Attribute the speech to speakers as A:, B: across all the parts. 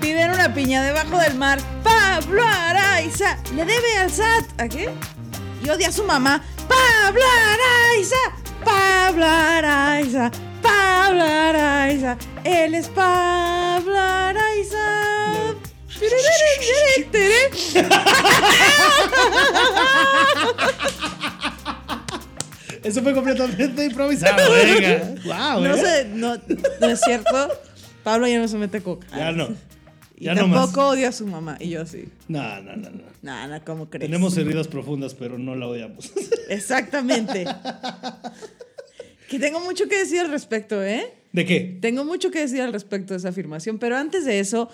A: Piden Uh, una piña debajo del mar. Pablo Araiza le debe al SAT. ¿A qué? Y odia a su mamá. Pablo Araiza. Pablo Araiza. Pablo Araiza. Él es Pablo Araiza.
B: Eso fue completamente improvisado. Ah, Venga. Wow,
A: No
B: ¿eh?
A: sé, no, no es cierto. Pablo ya no se mete coca.
B: Ya no.
A: Y
B: Ya no más.
A: tampoco odia a su mamá. Y yo así.
B: No, no, no, no.
A: Nada, nah, ¿cómo crees?
B: Tenemos heridas profundas, pero no la odiamos.
A: Exactamente. que tengo mucho que decir al respecto, ¿eh?
B: ¿De qué?
A: Tengo mucho que decir al respecto de esa afirmación, pero antes de eso,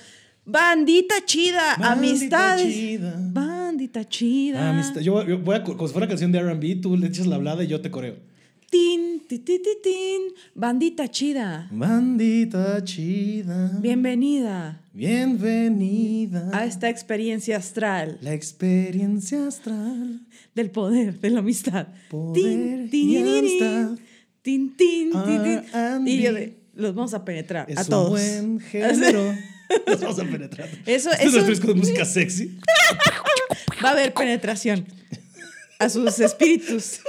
A: bandita chida,
B: Bandita
A: amistades.
B: chida.
A: Bandita chida.
B: Amistad. Yo, yo voy a, co- como si fuera canción de RB, tú le echas la hablada y yo te coreo.
A: Tin, ti, ti, ti, tin. Bandita chida.
B: Bandita chida.
A: Bienvenida
B: Bienvenida.
A: a este. esta experiencia astral
B: La experiencia astral.
A: del poder, de la amistad.
B: Poder y amistad.
A: Tin, tin, tin, tin.
B: R&B.
A: Y yo de, los vamos a penetrar
B: Es
A: a
B: un
A: todos.
B: buen género. Nos vamos a penetrar.
A: Eso-
B: Este es
A: eso-
B: nuestro disco de música sexy.
A: Va a haber penetración a sus espíritus.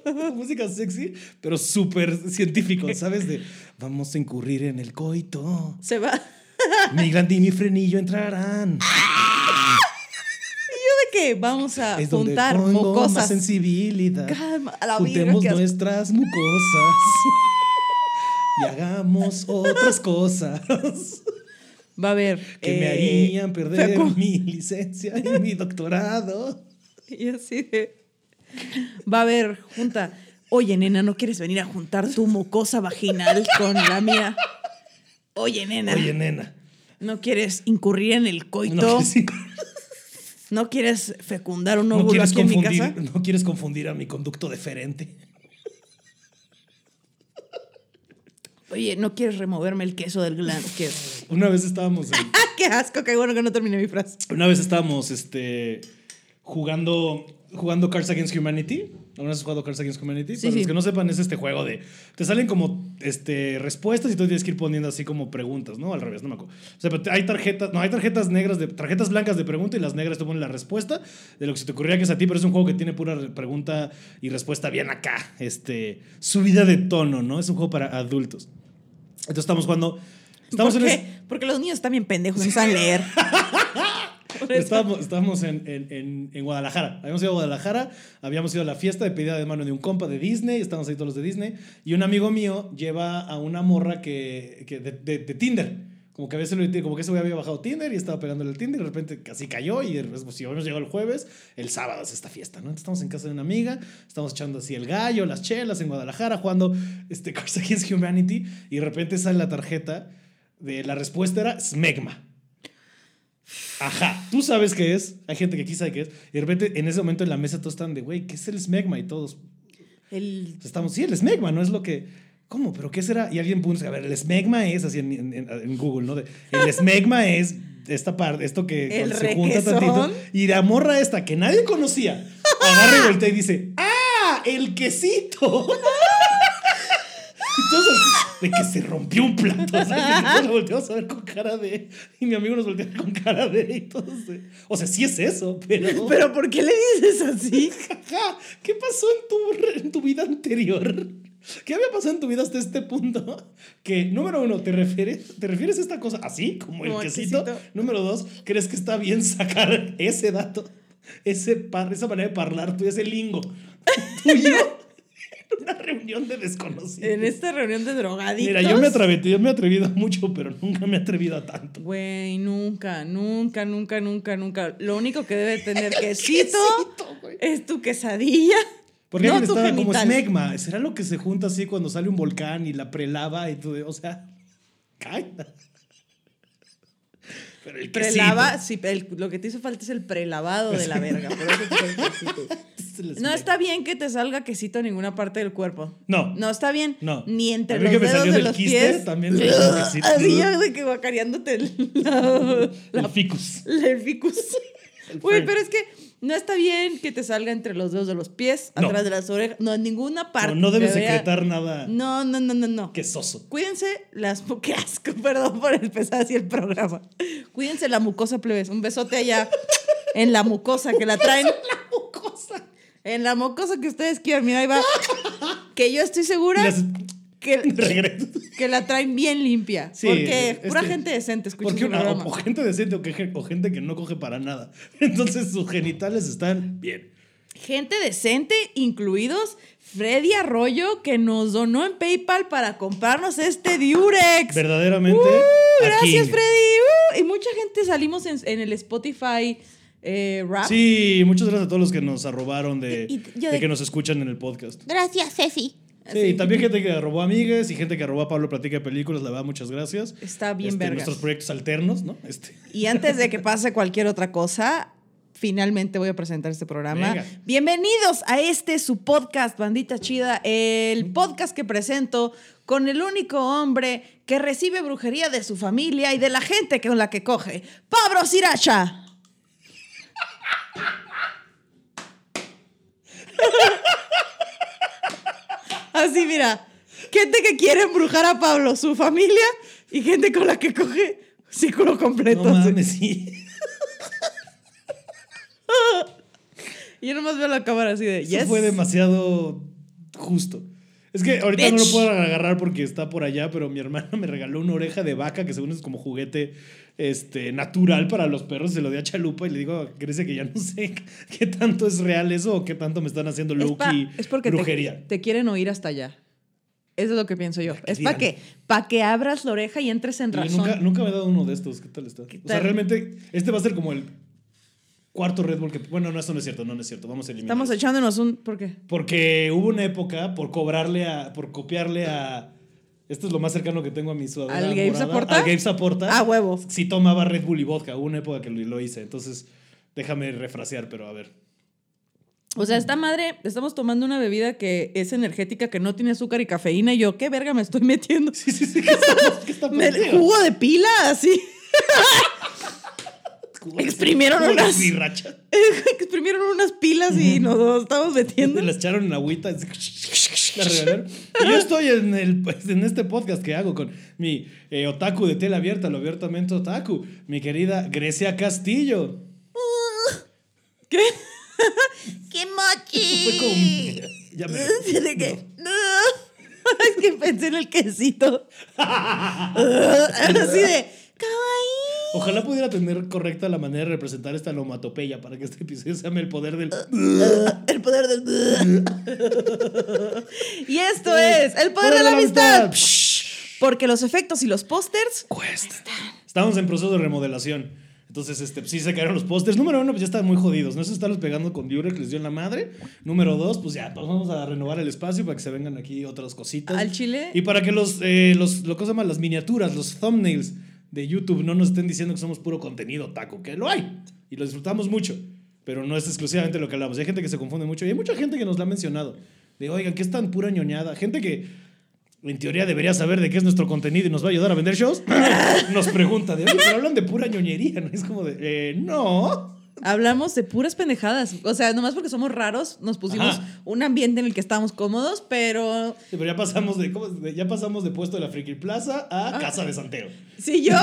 B: música sexy, pero súper científico, ¿sabes? De vamos a incurrir en el coito.
A: Se va. ¿Y
B: Mi grande y mi frenillo entrarán.
A: yo de qué? Vamos a
B: es donde
A: Ah, juntar
B: pongo más
A: mocosas.
B: sensibilidad.
A: Calma, a la
B: Juntemos
A: virgen.
B: nuestras mucosas. y hagamos otras cosas
A: Va a haber.
B: que me
A: eh,
B: harían perder
A: fecu-
B: mi licencia y mi doctorado.
A: Y así de. Va a haber junta. Oye, nena, ¿no quieres venir a juntar tu mocosa vaginal con la mía? Oye, nena,
B: Oye, nena.
A: ¿no quieres incurrir en el coito?
B: No,
A: ¿No,
B: quieres inc-
A: quieres fecundar un
B: no
A: óvulo
B: quieres
A: aquí en mi
B: confundir,
A: casa?
B: no quieres confundir a mi conducto deferente.
A: Oye, ¿no quieres removerme el queso del glande? ¿Qué?
B: Una vez estábamos en,
A: ¡Ah, qué asco! ¡Qué bueno que no terminé mi frase!
B: Una vez estábamos este, jugando, jugando Cards Against Humanity. ¿Alguna vez has jugado Cards Against Humanity?
A: Sí,
B: Para
A: sí.
B: los que no sepan, es este juego de. Te salen como este, respuestas y tú tienes que ir poniendo así como preguntas, ¿no? Al revés, no me acuerdo. O sea, pero te- hay tarjetas. No, hay tarjetas negras, de, tarjetas blancas de pregunta y las negras te ponen la respuesta de lo que se te ocurría que es a ti, pero es un juego que tiene pura re- pregunta y respuesta bien acá. Este, subida de tono, ¿no? Es un juego para adultos. Entonces estamos jugando. Estamos
A: ¿Por
B: en.
A: qué?
B: es-
A: Porque los niños están bien pendejos, no saben leer. Por eso.
B: Estábamos, estábamos en, en- en- en Guadalajara. Habíamos ido a Guadalajara, habíamos ido a la fiesta de pedida de mano de un compa de Disney, estábamos ahí todos los de Disney, y un amigo mío lleva a una morra que, que de, de- de Tinder. Como que a veces lo- como que ese güey había bajado Tinder y estaba pegándole el Tinder, y de repente casi cayó y de repente, pues, si nos llegó el jueves, el sábado es esta fiesta, ¿no? Entonces, estamos en casa de una amiga, estamos echando así el gallo, las chelas en Guadalajara, jugando este Cards Against Humanity y de repente sale la tarjeta de la respuesta era Smegma. Ajá, tú sabes qué es. Hay gente que aquí sabe qué es. Y de repente, en ese momento en la mesa todos están de, güey, ¿qué es el smegma? Y todos
A: El
B: pues, estamos, sí, el smegma, ¿no? Es lo que. ¿Cómo? ¿Pero qué será? Y alguien puso, a ver, el smegma es, así en, en- en Google, ¿no? De, el smegma es esta parte, esto que
A: El
B: cuando se junta
A: requesón.
B: tantito. Y la morra esta que nadie conocía, agarra y voltea y dice, ¡ah! ¡El quesito! Entonces, de que se rompió un plato. O sea, nosotros lo volteamos a ver con cara de. Y mi amigo nos voltea con cara de. Y todos de- o sea, sí es eso, pero.
A: ¿Pero por qué le dices así?
B: Ajá, ¿qué pasó en tu, re- en tu vida anterior? ¿Qué había pasado en tu vida hasta este punto? Que, número uno, ¿te refieres, te refieres a esta cosa así, como el
A: Como el
B: quesito?
A: quesito.
B: Número dos, ¿crees que está bien sacar ese dato? Ese par- esa manera de hablar tuya, ese lingo tuyo en una reunión de desconocidos.
A: En esta reunión de drogadictos.
B: Mira, yo me, atreví, yo me he atrevido mucho, pero nunca me he atrevido a tanto.
A: Güey, nunca, nunca, nunca, nunca, nunca. Lo único que debe tener quesito,
B: quesito, güey.
A: es tu quesadilla.
B: Porque
A: no
B: alguien
A: tu
B: estaba como
A: genital.
B: smegma. ¿Será lo que se junta así cuando sale un volcán y la prelava y todo? O sea, cae. Pero el
A: Prelava,
B: quesito
A: sí, el- lo que te hizo falta es el prelavado de la verga. por eso te fue el quesito.
B: es el
A: No
B: smegma.
A: está bien que te salga quesito en ninguna parte del cuerpo.
B: No.
A: No está bien.
B: No.
A: Ni entre
B: A mí que
A: los
B: me
A: dedos
B: salió
A: de
B: del
A: los
B: quiste,
A: pies.
B: también le hizo quesito.
A: Así ya de que va cariándote el- la-
B: El ficus.
A: El ficus.
B: El
A: Güey,
B: Frank.
A: pero es que No está bien que te salga entre los dedos de los pies,
B: No.
A: atrás de las orejas, no en ninguna parte.
B: No, no debes
A: debería-
B: secretar nada
A: No, no, no, no, no.
B: que soso.
A: Cuídense las mu- qué asco, perdón por empezar así el programa. Cuídense la mucosa plebes, un besote allá en la mucosa que la traen. En la mucosa que ustedes quieran, mira ahí va. Que yo estoy segura
B: Las-
A: que,
B: Regreso.
A: que la traen bien limpia,
B: Sí,
A: porque
B: es
A: pura
B: que-
A: gente decente escucha
B: Porque
A: este
B: una,
A: programa.
B: o, o gente decente o, que gen- o gente que no coge para nada. Entonces sus genitales están bien.
A: Gente decente, incluidos Freddy Arroyo, que nos donó en PayPal para comprarnos este Durex.
B: Verdaderamente.
A: Uh,
B: aquí.
A: gracias, Freddy. Uh, y mucha gente salimos en, en el Spotify eh, rap.
B: Sí, muchas gracias a todos los que nos arrobaron de,
A: Y- y yo
B: de
A: de- Ah,
B: que nos escuchan en el podcast.
C: Gracias, Ceci.
B: Sí, y también gente que robó amigas y gente que robó a Pablo Platica de Películas, la verdad, muchas gracias.
A: Está bien
B: Este,
A: vergas.
B: Nuestros proyectos alternos, ¿no? Este.
A: Y antes de que pase cualquier otra cosa, finalmente voy a presentar este programa.
B: Venga.
A: Bienvenidos a este su podcast, Bandita Chida, el podcast que presento con el único hombre que recibe brujería de su familia y de la gente con la que coge, Pablo Siracha. Así mira, gente que quiere embrujar a Pablo, su familia y gente con la que coge círculo completo.
B: No mames, sí.
A: Yo nomás veo la cámara así de.
B: Eso
A: Yes.
B: fue demasiado justo. Es que ahorita no
A: Bitch.
B: lo puedo agarrar porque está por allá, pero mi hermana me regaló una oreja de vaca que según es como juguete este, natural para los perros. Se lo di a Chalupa y le digo, crece que ya no sé qué tanto es real eso o qué tanto me están haciendo
A: es, pa-
B: Loki
A: es porque te-
B: brujería.
A: Te, quieren oír hasta allá. Eso es lo que pienso yo. Es para
B: dirán?
A: que, pa que abras la oreja y entres en
B: Oye,
A: razón.
B: nunca, nunca me he dado uno de estos. ¿Qué tal está?
A: ¿Qué
B: O sea,
A: tal?
B: realmente este va a ser como el cuarto Red Bull que... Bueno, no, eso no es cierto, no, no es cierto. Vamos a eliminar.
A: Estamos
B: eso.
A: echándonos un. ¿Por qué?
B: Porque hubo una época por cobrarle a. por copiarle a. Esto es lo más cercano que tengo a mi sudadera.
A: ¿Al Gabe
B: morada,
A: Saporta?
B: Al Gabe Saporta.
A: Ah, huevo.
B: Sí tomaba Red Bull y vodka. Hubo una época que lo, lo hice. Entonces, déjame refrasear, pero a ver.
A: O sea, esta madre, estamos tomando una bebida que es energética, que no tiene azúcar y cafeína. Y yo, ¿qué verga me estoy metiendo?
B: Sí, sí, sí. ¿Qué está, qué está
A: Me-
B: pasando?
A: jugo de pila, así.
B: Jugo-
A: exprimieron
B: jugo de
A: unas-
B: Birracha.
A: Exprimieron unas pilas y nos, nos estamos metiendo.
B: Las echaron en agüita. así, la revolvieron. y yo estoy en, el, pues, en este podcast que hago con mi eh, otaku de tela abierta, lo abiertamente otaku, mi querida Grecia Castillo.
A: ¿Qué?
C: ¡Qué
B: Fue como.
C: mochi!
B: Ya me.
A: ¿De qué? Es que pensé en el quesito. Así de. ¡Kawaii!
B: Ojalá pudiera tener correcta la manera de representar esta lomatopeya para que este episodio se llame el poder del.
A: El poder del. y esto es el poder de la amistad. Porque los efectos y los pósters.
B: Cuesta. Estamos en proceso de remodelación. Entonces, este, sí se cayeron los pósters. Número uno, pues ya están muy jodidos. No se estarlos pegando con Durex, les dio en la madre. Número dos, pues ya, pues vamos a renovar el espacio para que se vengan aquí otras cositas.
A: Al chile.
B: Y para que los, eh, los lo que se llama, las miniaturas, los thumbnails de YouTube no nos estén diciendo que somos puro contenido taco, que lo hay. Y lo disfrutamos mucho. Pero no es exclusivamente lo que hablamos. Hay gente que se confunde mucho. Y hay mucha gente que nos la ha mencionado. De, oigan, que es tan pura ñoñada. Gente que en teoría debería saber de qué es nuestro contenido y nos va a ayudar a vender shows. Nos pregunta de, oye, pero hablan de pura ñoñería. ¿no? Es como de, eh, no.
A: Hablamos de puras pendejadas. O sea, nomás porque somos raros, nos pusimos
B: Ajá.
A: un ambiente en el que estábamos cómodos, pero.
B: Sí, Pero ya pasamos de, ¿cómo es? De- ya pasamos de puesto de la Friki Plaza
A: Ah.
B: a Casa de Santero.
A: Si yo.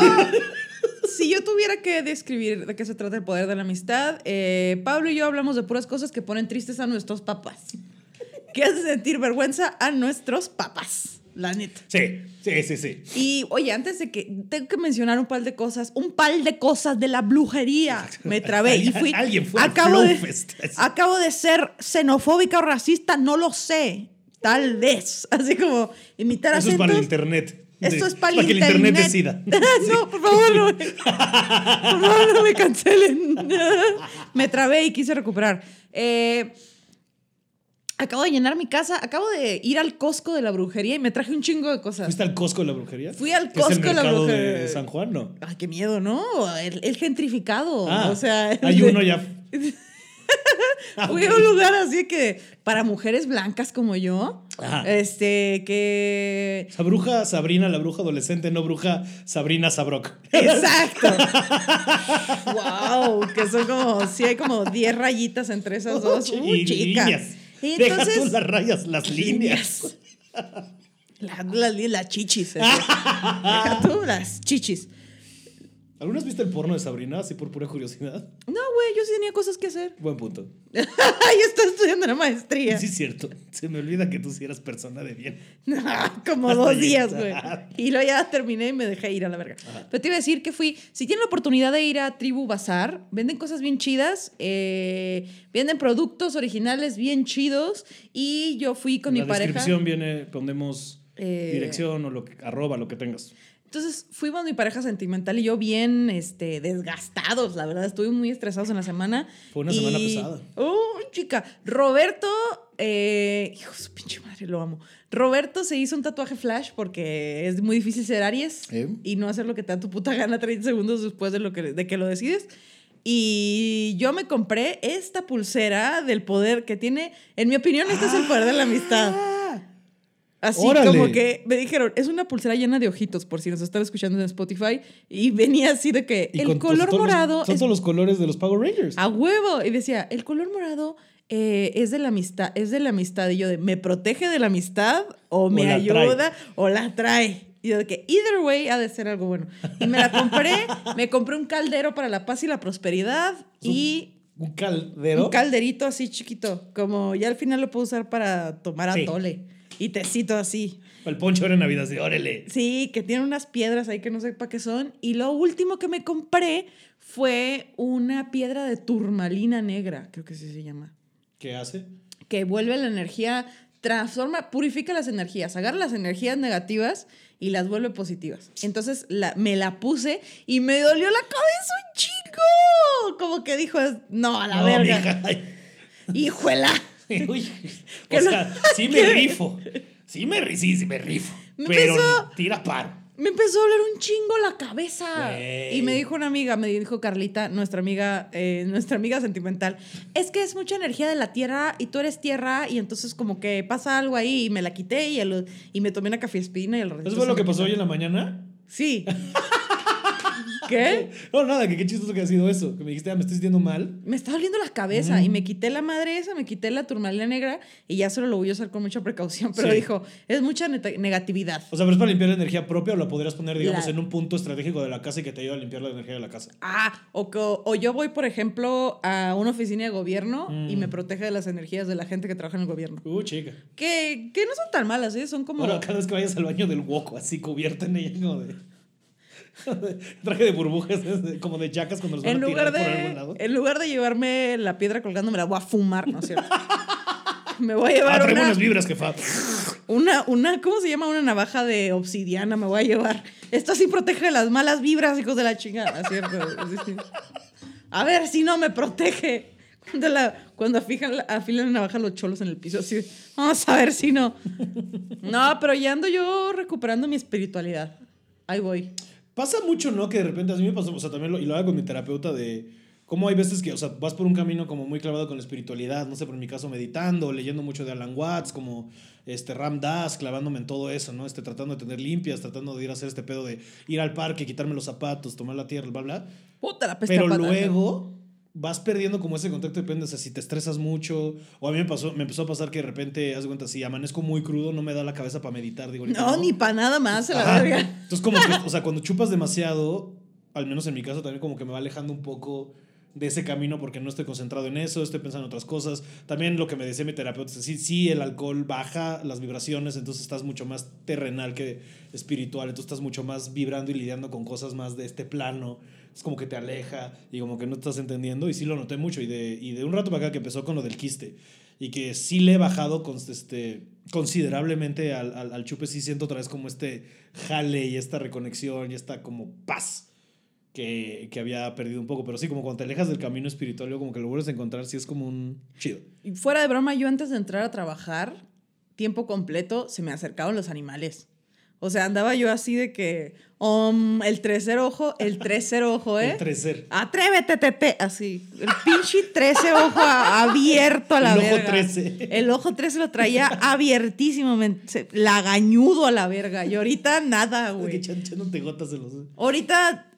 A: Si yo tuviera que describir de qué se trata el poder de la amistad, eh, Pablo y yo hablamos de puras cosas que ponen tristes a nuestros papás. Que hace sentir vergüenza a nuestros papás, la neta.
B: Sí, sí, sí, sí.
A: Y oye, antes de que tengo que mencionar un par de cosas, un par de cosas de la brujería. Me trabé y fui.
B: Alguien fue al este,
A: acabo de,
B: Flowfest.
A: acabo de ser xenofóbica o racista, no lo sé. Tal vez. Así como imitar
B: Eso es para el
A: acentos.
B: internet.
A: Esto
B: De-
A: es para el
B: que el
A: internet.
B: internet decida.
A: no, por favor, no me, por favor, no me cancelen. me trabé y quise recuperar. Eh, acabo de llenar mi casa, acabo de ir al Costco de la brujería y me traje un chingo de cosas.
B: ¿Fuiste al Costco de la brujería?
A: Fui al
B: ¿Que es el
A: Costco de la
B: mercado
A: brujería.
B: de San Juan, no?
A: Ay, qué miedo, ¿no? El, el gentrificado.
B: Ah,
A: o sea,
B: hay
A: de-
B: uno ya.
A: Fui a un lugar así que para mujeres blancas como yo,
B: Ajá.
A: este, que...
B: La bruja Sabrina, la bruja adolescente, no bruja Sabrina Sabrok.
A: Exacto. wow, que son como, sí hay como 10 rayitas entre esas dos.
B: Y
A: Uy, chicas.
B: líneas.
A: Y
B: Deja
A: entonces...
B: tú las rayas, las líneas.
A: La- la- las chichis. así. Deja tú las chichis.
B: ¿Alguna vez viste el porno de Sabrina? Así por pura curiosidad.
A: No, güey, yo sí tenía cosas que hacer.
B: Buen punto.
A: Yo estaba estudiando la maestría.
B: Sí, es cierto. Se me olvida que tú sí eras persona de bien.
A: Como
B: Hasta
A: dos
B: ahí.
A: días, güey.
B: Ajá.
A: Y luego ya terminé y me dejé ir a la verga. Pero te iba a decir que fui. Si tienen la oportunidad de ir a Tribu Bazar, venden cosas bien chidas, eh, venden productos originales bien chidos. Y yo fui con
B: en
A: mi
B: la
A: pareja.
B: descripción viene, ponemos
A: Eh.
B: dirección o lo que, arroba, lo que tengas.
A: Entonces fuimos mi pareja sentimental y yo bien este, desgastados, la verdad. Estuvimos muy estresados en la semana.
B: Fue una
A: Y-
B: semana pesada.
A: ¡Oh, chica! Roberto, eh, hijo de su pinche madre, lo amo. Roberto se hizo un tatuaje flash porque es muy difícil ser Aries
B: ¿Eh?
A: y no hacer lo que te da tu puta gana 30 segundos después de, lo que, de que lo decides. Y yo me compré esta pulsera del poder que tiene, en mi opinión, este es el poder de la amistad. Ah, Así
B: ¡Órale!
A: como que me dijeron, es una pulsera llena de ojitos, por si nos están escuchando en Spotify. Y venía así de que
B: Y
A: el
B: con-
A: color
B: son todos los-
A: morado
B: Son
A: es Ah,
B: todos los colores de los Power Rangers.
A: a huevo. Y decía, el color morado eh, es de la amistad, es de la amistad. Y yo de, ¿me protege de la amistad o me
B: la
A: ayuda
B: trae.
A: o la trae? Y yo de que, either way, ha de ser algo bueno. Y me la compré, me compré un caldero para la paz y la prosperidad y
B: Un caldero.
A: un calderito así chiquito, como ya al final lo puedo usar para tomar
B: Sí.
A: atole y tecito así.
B: el poncho era Navidad, así, órale.
A: Sí, que tiene unas piedras ahí que no sé para qué son. Y lo último que me compré fue una piedra de turmalina negra, creo que así se llama,
B: ¿Qué hace?
A: que vuelve la energía, transforma, purifica las energías, agarra las energías negativas y las vuelve positivas. Entonces la- me la puse y me dolió la cabeza un chingo. Como que dijo, no, a la
B: No,
A: verga.
B: mija. Ay.
A: Hijuela.
B: Uy,
A: Que
B: o
A: no-
B: sea, sí me rifo. Sí me, ri- sí, sí me rifo.
A: Me
B: pero
A: empezó-
B: tira paro.
A: Me empezó a doler un chingo la cabeza.
B: Güey.
A: Y me dijo una amiga, me dijo Carlita, nuestra amiga, eh, nuestra amiga sentimental, es que es mucha energía de la tierra y tú eres tierra y entonces como que pasa algo ahí y me la quité y, el- y me tomé una cafiespina y el ratito
B: ¿Eso fue
A: se
B: lo
A: me
B: que pasó
A: quitó.
B: hoy en la mañana?
A: Sí. ¿Qué?
B: No, nada, que qué chistoso que ha sido eso. Que me dijiste, ah, me estoy sintiendo mal.
A: Me está doliendo la cabeza y me quité la madre esa, me quité la turmalina negra y ya solo lo voy a usar con mucha precaución. Pero
B: Sí.
A: dijo, es mucha neta- negatividad.
B: O sea, pero es para limpiar la energía propia o la podrías poner, digamos,
A: La-
B: en un punto estratégico de la casa y que te ayude a limpiar la energía de la casa.
A: Ah, o, que- o yo voy, por ejemplo, a una oficina de gobierno y
B: Mm.
A: me protege de las energías de la gente que trabaja en el gobierno.
B: Uh, chica.
A: Que, que no son tan malas, ¿eh? Son como...
B: Ahora, cada vez que vayas al baño del hueco, así cubierta en ella, como de. traje de burbujas, es como de chacas cuando los van
A: en
B: a tirar
A: lugar,
B: por algún
A: de,
B: lado.
A: en lugar de llevarme la piedra colgando, me la voy a fumar, ¿no es cierto? me voy a llevar
B: Ah, traigo
A: una,
B: unas vibras, jefa.
A: una, una... ¿Cómo se llama? Una navaja de obsidiana me voy a llevar. Esto sí protege de las malas vibras, hijos de la chingada, ¿cierto? Sí, sí. A ver si no me protege. Cuando, la, cuando afijan, la- afilan la navaja los cholos en el piso, así, de, vamos a ver si no. No, pero ya ando yo recuperando mi espiritualidad. Ahí voy.
B: Pasa mucho, ¿no? Que de repente a mí me pasó, o sea, también lo, y lo hago con mi terapeuta de cómo hay veces que, o sea, vas por un camino como muy clavado con la espiritualidad, no sé, por mi caso meditando, leyendo mucho de Alan Watts, como este Ram Dass, clavándome en todo eso, ¿no? Este, tratando de tener limpias, tratando de ir a hacer este pedo de ir al parque, quitarme los zapatos, tomar la tierra, bla, bla.
A: Puta la peste
B: Pero
A: apática.
B: luego vas perdiendo como ese contacto, depende, o sea, si te estresas mucho, o a mí me, pasó, me empezó a pasar que de repente, haz de cuenta, si amanezco muy crudo, no me da la cabeza para meditar, digo, ahorita
A: No, ni para nada más, a la
B: Ajá.
A: verga.
B: Entonces, como que, o sea, cuando chupas demasiado, al menos en mi caso también como que me va alejando un poco de ese camino porque no estoy concentrado en eso, estoy pensando en otras cosas. También lo que me decía mi terapeuta, es sí, sí, el alcohol baja las vibraciones, entonces estás mucho más terrenal que espiritual, entonces estás mucho más vibrando y lidiando con cosas más de este plano. Es como que te aleja y como que no estás entendiendo y sí lo noté mucho y de, y de un rato para acá que empezó con lo del quiste y que sí le he bajado con, este, considerablemente al, al, al chupe, sí siento otra vez como este jale y esta reconexión y esta como paz que, que había perdido un poco. Pero sí, como cuando te alejas del camino espiritual, luego como que lo vuelves a encontrar, sí es como un chido.
A: Y fuera de broma, yo antes de entrar a trabajar, tiempo completo, se me acercaban los animales. O sea, andaba yo así de que, om, el tercer ojo, el tercer ojo, ¿eh?
B: El tercer.
A: Atrévete, tete, así. El pinche 13 ojo a- abierto a la
B: El ojo
A: verga.
B: 13.
A: El ojo 13 lo traía abiertísimo, men- se- lagañudo a la verga. Y ahorita nada,
B: Es que
A: Ah, güey.
B: chan- echándote gotas en los.
A: Ahorita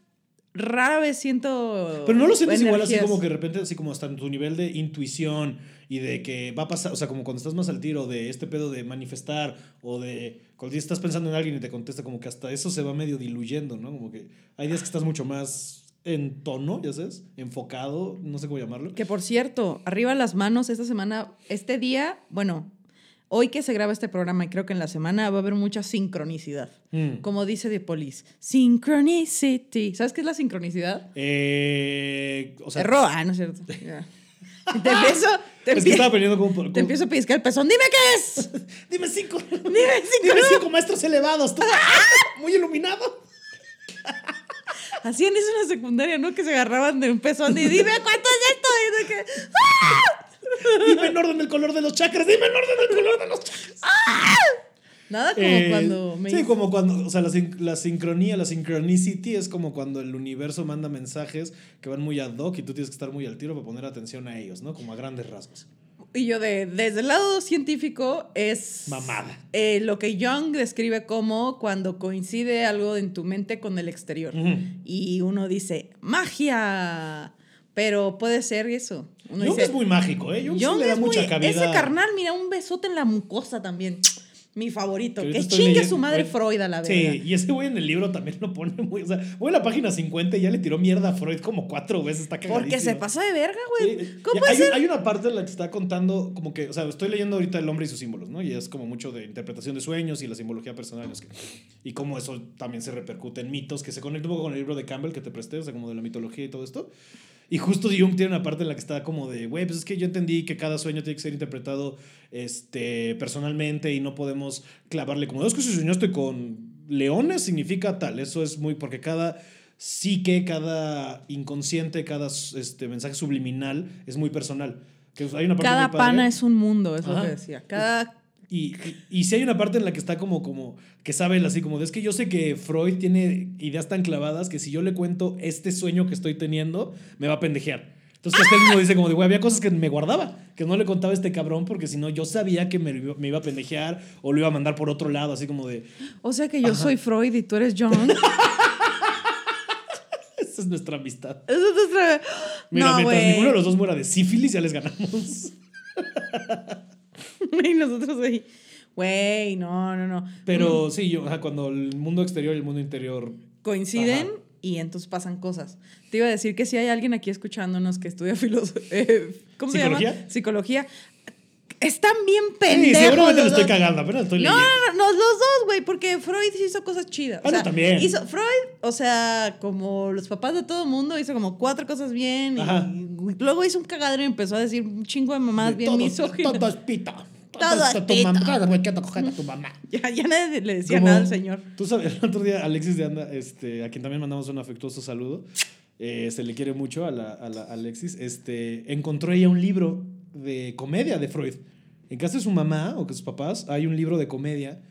A: rara vez siento.
B: Pero no lo sientes igual así
A: energías.
B: como que de repente, así como hasta en tu nivel de intuición y de que va a pasar, o sea, como cuando estás más al tiro de este pedo de manifestar o de cuando ya estás pensando en alguien y te contesta, como que hasta eso se va medio diluyendo, ¿no? Como que hay días que estás mucho más en tono, ya sabes, enfocado, no sé cómo llamarlo.
A: Que por cierto, arriba las manos esta semana, este día, bueno, hoy que se graba este programa y creo que en la semana va a haber mucha sincronicidad.
B: Mm.
A: Como dice The Police, Synchronicity. ¿Sabes qué es la sincronicidad?
B: Eh, o sea,
A: Error. Ah, no es cierto. Ya. te empiezo, te,
B: es que
A: empie-
B: estaba aprendiendo como... por-
A: te
B: como-
A: empiezo a pellizcar el pezón. ¡Dime qué es!
B: Dime cinco. Dime
A: cinco.
B: maestros elevados. tú. Muy iluminado.
A: Hacían eso en la secundaria, ¿no? Que se agarraban de un pezón y dime cuánto es esto. Y de que,
B: Dime en orden el color de los chakras. Dime en orden el color de los chakras.
A: Nada como
B: Eh,
A: cuando me
B: sí,
A: hice-
B: como cuando, o sea, la, sin- la sincronía, la synchronicity es como cuando el universo manda mensajes que van muy ad hoc y tú tienes que estar muy al tiro para poner atención a ellos, ¿no? Como a grandes rasgos.
A: Y yo de, desde el lado científico es...
B: Mamada.
A: eh, lo que Jung describe como cuando coincide algo en tu mente con el exterior.
B: Ujú.
A: Y uno dice, magia. Pero puede ser eso. Uno
B: Jung
A: dice,
B: es muy mágico, ¿eh? Jung, sí
A: Jung
B: le da
A: es
B: mucha
A: muy-
B: cabida.
A: Ese carnal, mira, un besote en la mucosa también. Mi favorito.
B: ahorita
A: Que
B: estoy
A: chingue
B: leyendo-
A: su madre
B: ahorita-
A: Freud a la verga.
B: Sí, y ese güey en el libro también lo pone muy. O sea, voy a la página 50 y ya le tiró mierda a Freud como cuatro veces. Está
A: Porque se
B: cagadísimo.
A: pasa de verga, güey.
B: Sí,
A: ¿Cómo
B: y
A: puede
B: hay, un-
A: ser?
B: hay una parte en la que está contando, como que, o sea, estoy leyendo ahorita El hombre y sus símbolos, ¿no? Y es como mucho de interpretación de sueños y la simbología personal. no sé qué. y cómo eso también se repercute en mitos, que se conecta un poco con el libro de Campbell que te presté, o sea, como de la mitología y todo esto. Y justo Jung tiene una parte en la que está como de, güey, pues es que yo entendí que cada sueño tiene que ser interpretado este, personalmente y no podemos clavarle como, es que si soñaste con leones significa tal, eso es muy, porque cada psique, cada inconsciente, cada este, mensaje subliminal es muy personal. Que hay una parte
A: Cada
B: muy padre.
A: pana es un mundo, es lo
B: Ajá.
A: que decía. Cada...
B: Y, y, si hay una parte en la que está como, como, que saben así, como de es que yo sé que Freud tiene ideas tan clavadas que si yo le cuento este sueño que estoy teniendo, me va a pendejear. Entonces, este mismo dice como de, güey, había cosas que me guardaba, que no le contaba a este cabrón porque si no, yo sabía que me, lo iba- me iba a pendejear o lo iba a mandar por otro lado, así como de,
A: O sea que yo soy Freud y tú eres Jung.
B: esa es nuestra amistad.
A: Eso es otra-
B: Mira,
A: no,
B: mientras
A: güey.
B: ninguno de los dos muera de sífilis, ya les ganamos.
A: Y nosotros ahí. Güey, no, no, no.
B: Pero sí, yo, ajá, cuando el mundo exterior y el mundo interior
A: Coinciden
B: Ajá.
A: y entonces pasan cosas. Te iba a decir que si hay alguien aquí escuchándonos que estudia filosofía. ¿Cómo se llama?
B: ¿Psicología?
A: Psicología. Están bien
B: Sí,
A: pendejos.
B: seguramente lo
A: los
B: estoy
A: dos.
B: cagando, pero lo estoy
A: No,
B: leyendo.
A: no, no, los dos, güey, porque Freud hizo cosas chidas.
B: Ah,
A: o
B: no,
A: sea,
B: también.
A: Hizo, Freud, o sea, como los papás de todo el mundo, hizo como cuatro cosas bien y,
B: Ajá.
A: luego hizo un cagadero y empezó a decir un chingo de mamadas
B: De
A: bien
B: todos,
A: misóginas.
B: Todos pito.
C: Todos
B: a tu
C: pito.
B: mamá. Cada güey que anda cogiendo a tu mamá.
A: Ya, ya nadie le decía
B: Como-
A: nada al señor.
B: Tú sabes, el otro día Alexis de Anda, este, a quien también mandamos un afectuoso saludo, eh, se le quiere mucho a la, a la Alexis, este, encontró ella un libro de comedia de Freud. En casa de su mamá o que sus papás hay un libro de comedia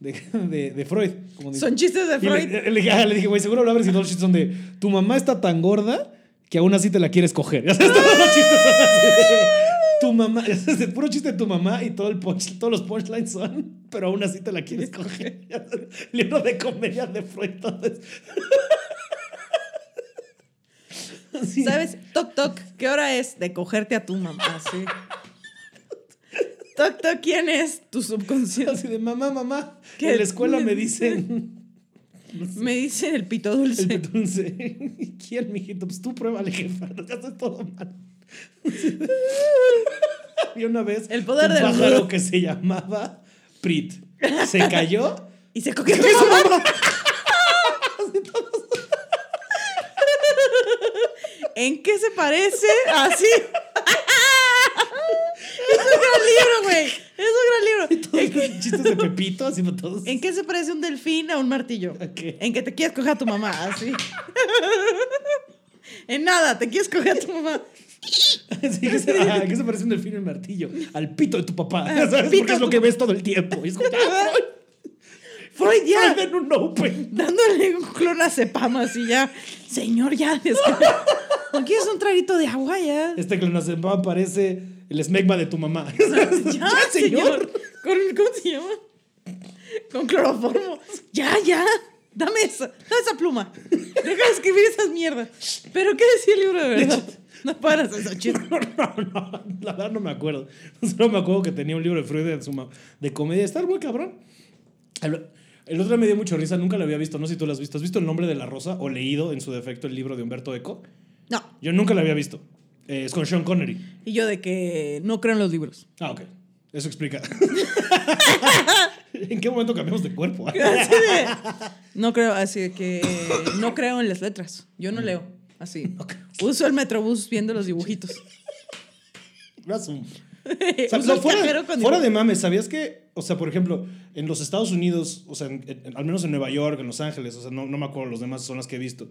B: de, de, de Freud. como de-
A: Son chistes de
B: Y le-
A: Freud.
B: Le, dije- ah, le dije, güey, seguro lo abres y todos los chistes son de tu mamá está tan gorda que aún así te la quieres coger. Ya sabes, todos los chistes son así de, tu mamá, ya sabes, el puro chiste de tu mamá y todo el punch- todos los punchlines son, pero aún así te la quieres coger. Ya sabes, Libro de comedia de Freud. todo es- Así.
A: ¿Sabes? Toc, toc, ¿qué hora es de cogerte a tu mamá? Sí. Toc, toc, ¿quién es? Tu subconsciente.
B: Así de mamá, mamá.
A: ¿Qué?
B: En la escuela me dicen
A: Me dicen el pito dulce.
B: el dulce. ¿Quién, mijito? Pues tú pruébale, jefa. Lo que haces todo mal. Había una vez
A: El poder
B: un
A: del
B: pájaro
A: ruido.
B: que se llamaba Prit. Se cayó.
A: Y se cogió a tu mamá. ¿En qué se parece? Así. es un gran libro, güey. Es un gran libro.
B: Todos Chistes de Pepito, haciendo todos.
A: ¿En qué se parece un delfín a un martillo?
B: ¿A qué?
A: En que te quieres coger a tu mamá, así. en nada, te quieres coger a tu mamá.
B: Sí, que se, ajá, que se parece un delfín y un martillo? Al pito de tu papá.
A: Al
B: ¿Sabes?
A: Ah, pito
B: Porque es
A: de tu
B: lo que ves todo el tiempo. Y es como, ¡ah!
A: Freud ya.
B: Freud en un open.
A: Dándole un clon a Cepam así ya. Señor, ya. es que- ¿No quieres un traguito de agua ya?
B: Este clonazepam parece el esmegma de tu mamá.
A: Ya, Ah, señor. Con- ¿Cómo se llama? Con cloroformo. Ya, ya. Dame esa, dame esa pluma. Deja de escribir esas mierdas. Pero ¿qué decía el libro de verdad? No paras esa chiste.
B: No, no, no, la verdad no me acuerdo. Solo me acuerdo que tenía un libro de Freud de, su ma- de comedia. Está muy cabrón. El, el otro día me dio mucha risa, nunca lo había visto, no sé si tú lo has visto. ¿Has visto El nombre de la rosa o leído en su defecto el libro de Humberto Eco?
A: No.
B: Yo nunca lo había visto. Eh, es con Sean Connery.
A: Y yo de que no creo en los libros.
B: Ah, ok. Eso explica. ¿En qué momento cambiamos de cuerpo?
A: Así de- no creo, así de que no creo en las letras. Yo no leo. Así.
B: creo.
A: Uso el metrobús viendo los dibujitos.
B: Razum. O sea,
A: Uso
B: no,
A: el
B: fuera,
A: cajero con
B: fuera
A: dibujitos.
B: de mames, ¿sabías que, o sea, por ejemplo, en los Estados Unidos, o sea, en- en- al menos en Nueva York, en Los Ángeles, o sea, no, no me acuerdo, los demás son las que he visto,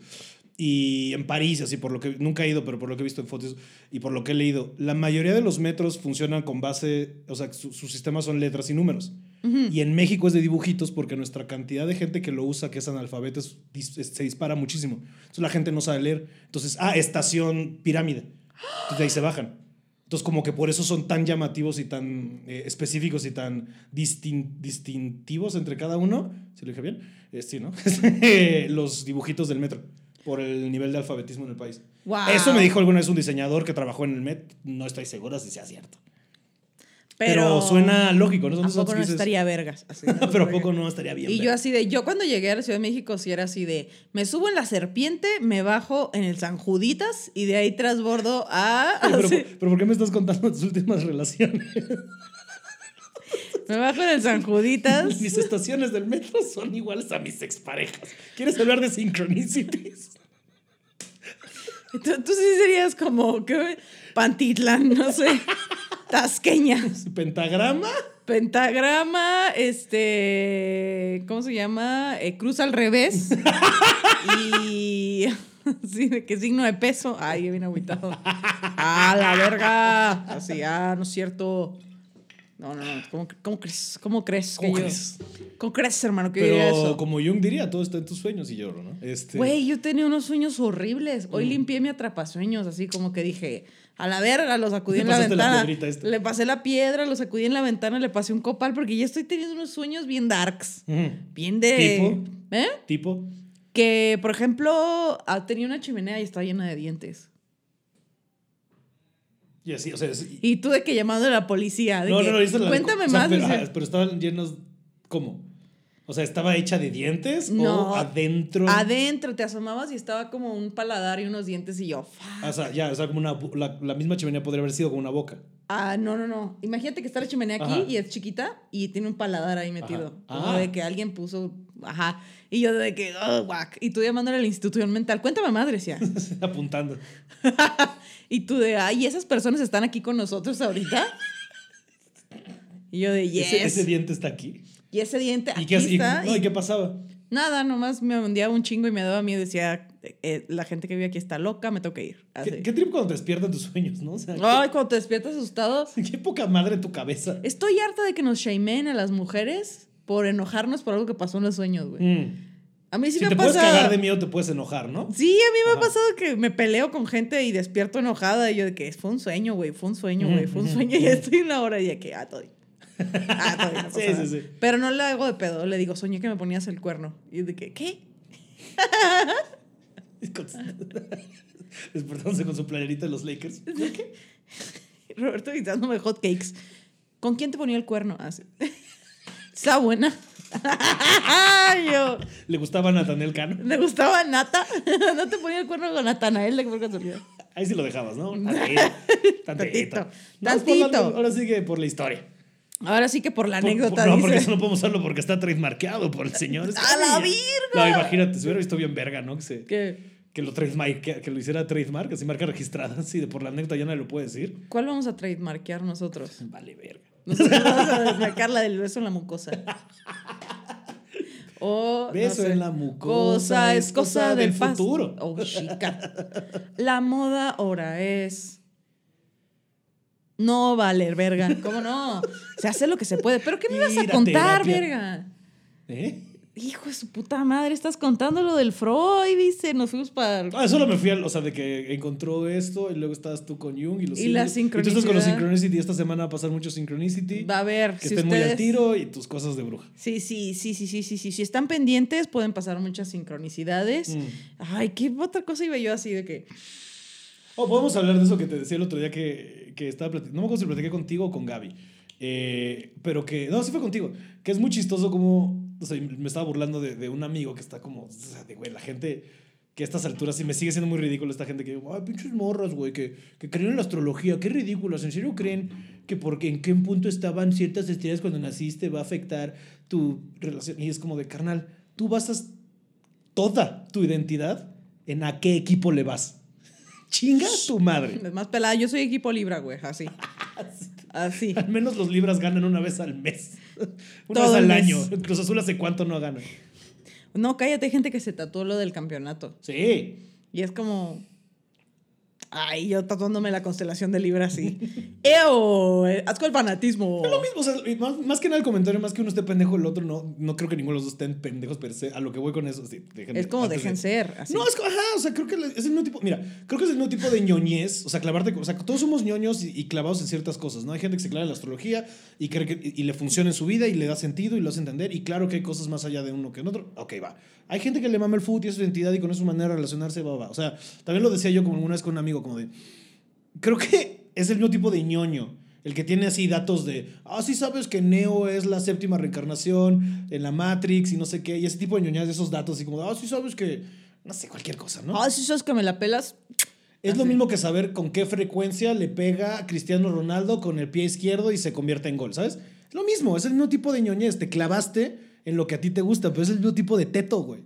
B: y en París, así, por lo que nunca he ido, pero por lo que he visto en fotos y por lo que he leído, la mayoría de los metros funcionan con base, o sea, su- sus sistemas son letras y números. Y en México es de dibujitos porque nuestra cantidad de gente que lo usa, que es analfabeta, es- dis- es- se dispara muchísimo. Entonces la gente no sabe leer. Entonces, ah, estación pirámide. Entonces de ahí se bajan. Entonces, como que por eso son tan llamativos y tan eh, específicos y tan distin- distintivos entre cada uno. ¿Se lo dije bien? Eh, sí, ¿no? Los dibujitos del metro por el nivel de alfabetismo en el país.
A: Wow.
B: Eso me dijo alguna vez un diseñador que trabajó en el Met. No estoy segura si sea cierto. Pero, suena lógico, ¿no? Son
A: ¿A
B: esos
A: poco no
B: que dices,
A: estaría vergas? Así,
B: Pero ¿a poco no estaría bien.
A: Y
B: ver?
A: yo así de, yo cuando llegué a la Ciudad de México sí era así de, me subo en la serpiente, me bajo en el San Juditas y de ahí trasbordo a...
B: Oye, pero,
A: así,
B: pero ¿por qué me estás contando tus últimas relaciones?
A: me bajo en el San Juditas.
B: Mis estaciones del metro son iguales a mis exparejas. ¿Quieres hablar de sincronicities?
A: Tú, tú sí serías como, ¿qué? Pantitlán, no sé. Tasqueña.
B: ¿Pentagrama?
A: Pentagrama, este, ¿cómo se llama? Eh, cruz al revés. y sí, de qué signo de peso. Ay, bien agüitado. ¡Ah, la verga! Así, ah, no es cierto. No, no, no. ¿Cómo, cómo crees? ¿Cómo crees que
B: ¿Cómo
A: yo?
B: crees?
A: ¿Cómo crees, hermano, que yo diría
B: Pero
A: eso?
B: como Jung diría, todo está en tus sueños y lloro, ¿no? Este,
A: Güey, yo tenía unos sueños horribles.
B: Mm.
A: Hoy limpié mi atrapasueños, así como que dije, a la verga, lo sacudí
B: Le
A: en la
B: pasaste la
A: ventana.
B: piedrita esta.
A: le pasé la piedra, lo sacudí en la ventana, le pasé un copal, porque ya estoy teniendo unos sueños bien darks.
B: Ujú.
A: Bien de.
B: ¿Tipo?
A: ¿Eh?
B: Tipo,
A: Que, por ejemplo, ah, tenía una chimenea y estaba llena de dientes.
B: y así, o sea, es-
A: Y tú de que llamando a la policía. de
B: no,
A: que,
B: no, no, esa es la-
A: Cuéntame
B: o sea,
A: más.
B: Pero,
A: dice,
B: ah, pero estaban llenos, ¿cómo? O sea, ¿estaba hecha de dientes o
A: No.
B: adentro?
A: adentro, te asomabas y estaba como un paladar y unos dientes y yo. "Fuck".
B: O sea, ya, o sea, como una, bu- la, la misma chimenea podría haber sido con una boca.
A: Ah, no, no, no. Imagínate que está la chimenea aquí
B: Ajá.
A: y es chiquita y tiene un paladar ahí metido.
B: Ajá.
A: Como
B: Ah.
A: de que alguien puso, ajá. Y yo de que, oh, guac. Y tú llamándole a la institución mental, cuéntame madre, decía.
B: Apuntando.
A: y tú de, ay, esas personas están aquí con nosotros ahorita. y yo de, yes.
B: Ese, ese diente está aquí.
A: y ese diente
B: ¿Y
A: aquí
B: qué, hace- y-
A: está.
B: no,
A: y
B: ¿y qué pasaba?
A: Nada, nomás me hundía un chingo y me daba miedo. Decía, eh, eh, la gente que vive aquí está loca, me tengo que ir. Así.
B: ¿Qué, qué trip cuando te despiertan tus sueños, no? O sea,
A: Ah, Ay, cuando te despiertas asustado.
B: qué, qué poca madre tu cabeza.
A: Estoy harta de que nos shameen a las mujeres por enojarnos por algo que pasó en los sueños, güey.
B: Mm.
A: A mí sí
B: Si
A: me
B: te
A: ha
B: puedes cagar
A: pasado.
B: de miedo, te puedes enojar, ¿no?
A: Sí, a mí me
B: Ajá.
A: ha pasado que me peleo con gente y despierto enojada y yo de que fue un sueño, güey, fue un sueño, güey, fue un
B: Ujú,
A: sueño y
B: ujú.
A: ya estoy una hora y de que ah, todo. bien. Ah, todo bien, no pasa
B: Sí, sí,
A: nada.
B: sí.
A: Pero no le hago de pedo, le digo, soñé que me ponías el cuerno. Y de que, ¿qué?
B: Con- Despertándose con su playerita de los Lakers.
A: Roberto dándome hot cakes. ¿Con quién te ponía el cuerno? Ah, sí. Está buena. Ay, yo.
B: Le gustaba a Nathaniel Cano.
A: ¿Le gustaba Nata? ¿No te ponía el cuerno con Natanael de por casualidad?
B: Ahí sí lo dejabas, ¿no? Así,
A: Tantito,
B: Tantito. Vamos por la-
A: tantito.
B: ahora sí que por la historia.
A: Ahora sí que por la
B: Por-
A: anécdota
B: por- no,
A: dice.
B: porque eso no podemos usarlo porque está trademarkeado por el señor. Es-
A: ¡A la
B: Ay,
A: virga!
B: No, imagínate, se hubiera visto bien verga, ¿no? Que, se-
A: ¿Qué?
B: que lo trademark, que, que lo hiciera trademark, así marca registrada, así de por la anécdota ya nadie lo puede decir.
A: ¿Cuál vamos a trademarkear nosotros?
B: Vale, verga.
A: Nosotros vamos a desmarcar la del beso en la mucosa. O, no
B: Beso
A: sé,
B: en la mucosa
A: es cosa del, pas-
B: futuro.
A: Oh, chica. La moda ahora es. No valer, verga. ¿Cómo no? Se hace lo que se puede. ¿Pero qué me ibas
B: Ir
A: a
B: a
A: contar,
B: terapia.
A: verga?
B: ¿Eh?
A: hijo de su puta madre, estás contando lo del Freud, dice, nos fuimos para...
B: Ah, solo me fui al, o sea, de que encontró esto y luego estabas tú con Jung y los
A: Y la
B: tú estás con los
A: sincronicidad.
B: Synchronicity. Esta semana va a pasar mucho Synchronicity.
A: Va a ver,
B: que
A: si
B: estén muy
A: ustedes...
B: al tiro y tus cosas de bruja.
A: Sí, sí, sí, sí, sí, sí, sí. Si están pendientes, pueden pasar muchas sincronicidades.
B: Mm.
A: Ay, qué otra cosa iba yo así de que.
B: O Oh, podemos hablar de eso que te decía el otro día que, que estaba platicando. No me acuerdo si platiqué contigo o con Gaby. Eh, pero que. No, sí fue contigo. Que es muy chistoso como. O sea, me estaba burlando de, de un amigo que está como. O sea, de güey, la gente. Que a estas alturas sí me sigue siendo muy ridículo esta gente que. Ay, pinches morras, güey, que, que creen en la astrología. Qué ridículas. ¿En serio creen que porque en qué punto estaban ciertas estrellas cuando naciste va a afectar tu relación? Y es como de carnal. Tú basas toda tu identidad en a qué equipo le vas. Chinga tu madre.
A: Es más pelada. Yo soy equipo Libra, güey. Así. Así.
B: Al menos los libras ganan una vez al mes. Una
A: Todo
B: vez
A: el
B: al
A: mes.
B: año. Cruz Azul hace cuánto no gana.
A: No, cállate, hay gente que se tatuó lo del campeonato.
B: Sí.
A: Y es como. Ay, yo tatuándome la constelación de Libra así. ¡Eo! eh, Asco el fanatismo.
B: Lo mismo, o sea, y más, más que nada el comentario, más que uno esté pendejo, el otro no. No creo que ninguno de los dos estén pendejos per se. A lo que voy con eso, sí, déjenme-
A: Es como
B: antes de-
A: dejen ser. Así.
B: No, es que, ajá, o sea, creo que la- es el mismo tipo, mira, creo que es el mismo tipo de ñoñez, o sea, clavarte, o sea, todos somos ñoños y, y clavados en ciertas cosas, ¿no? Hay gente que se clava en la astrología y cree que, y, y le funciona en su vida y le da sentido y lo hace entender, y claro que hay cosas más allá de uno que en otro, ok, va. Hay gente que le mama el fútbol y es su identidad y con eso su manera de relacionarse, va, va. O sea, también lo decía yo como una vez con un amigo, como de, creo que es el mismo tipo de ñoño. El que tiene así datos de, ah, sí sabes que Neo es la séptima reencarnación en la Matrix y no sé qué, y ese tipo de ñoñas de esos datos, así como, ah, sí sabes que, no sé, cualquier cosa, ¿no?
A: Ah, si sos que me la pelas.
B: es lo
A: así.
B: mismo que saber con qué frecuencia le pega a Cristiano Ronaldo con el pie izquierdo y se convierte en gol, ¿sabes? Es lo mismo, es el mismo tipo de ñoñez, te clavaste en lo que a ti te gusta, pero es el mismo tipo de teto, güey.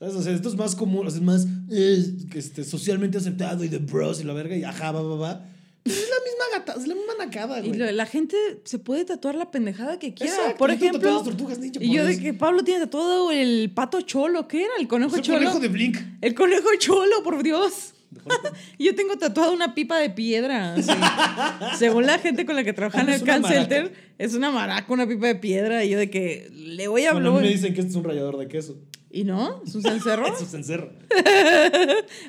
B: ¿Sabes? O sea, esto es más común, o sea, es más eh, este, socialmente aceptado y de bros y la verga y ajá, va, va, va. Pues es la misma gata, es la misma nacada,
A: Y
B: güey.
A: lo- la gente se puede tatuar la pendejada que quiera.
B: Exacto,
A: Por
B: yo tengo tatuadas
A: ejemplo.
B: tortugas ninja,
A: Y yo
B: por
A: de
B: eso.
A: que Pablo tiene tatuado el pato cholo, ¿qué era? El conejo
B: Soy
A: cholo.
B: conejo de Blink.
A: El conejo cholo, por Dios. Yo tengo tatuado una pipa de piedra. así. Según la gente con la que trabaja en
B: Ah,
A: el
B: es una
A: call
B: maraca.
A: center, es una maraca, una pipa de piedra. Y yo de que le voy a
B: Bueno, a mí
A: hablar.
B: me dicen que este es un rallador de queso.
A: ¿Y no? ¿Es un cencerro?
B: Eso se encerra.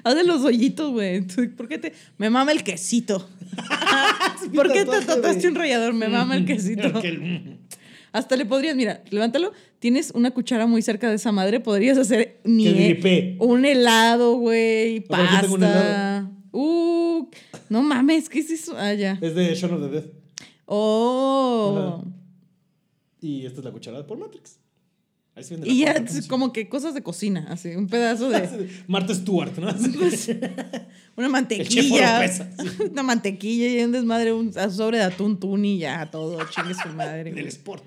A: Hazle los hoyitos, güey. Tú, ¿Por qué te.? Me mama el quesito. ¿Por qué te
B: Tatuaje de-
A: tatuaste un rallador? Me mama el quesito.
B: Porque el- mm,
A: Hasta le podrías, mira, levántalo. Tienes una cuchara muy cerca de esa madre. Podrías hacer ni e-
B: Que gripé.
A: un helado, güey.
B: A ver,
A: Pasta.
B: aquí tengo un helado.
A: Uh, no mames, ¿qué es eso? Ah, ya.
B: Es de Shaun of the Dead.
A: Oh.
B: Ajá. Y esta es la cucharada por Matrix. Ahí se vende
A: Y
B: la
A: ya,
B: cuarta
A: es
B: canción.
A: como que cosas de cocina, así, un pedazo de. Pues,
B: Marta Stewart, ¿no?
A: Una
B: chef
A: mantequilla.
B: Oropesa,
A: una mantequilla y un desmadre, un sobre de atún tuni y ya, todo, chingue su madre.
B: Del
A: güey.
B: sport.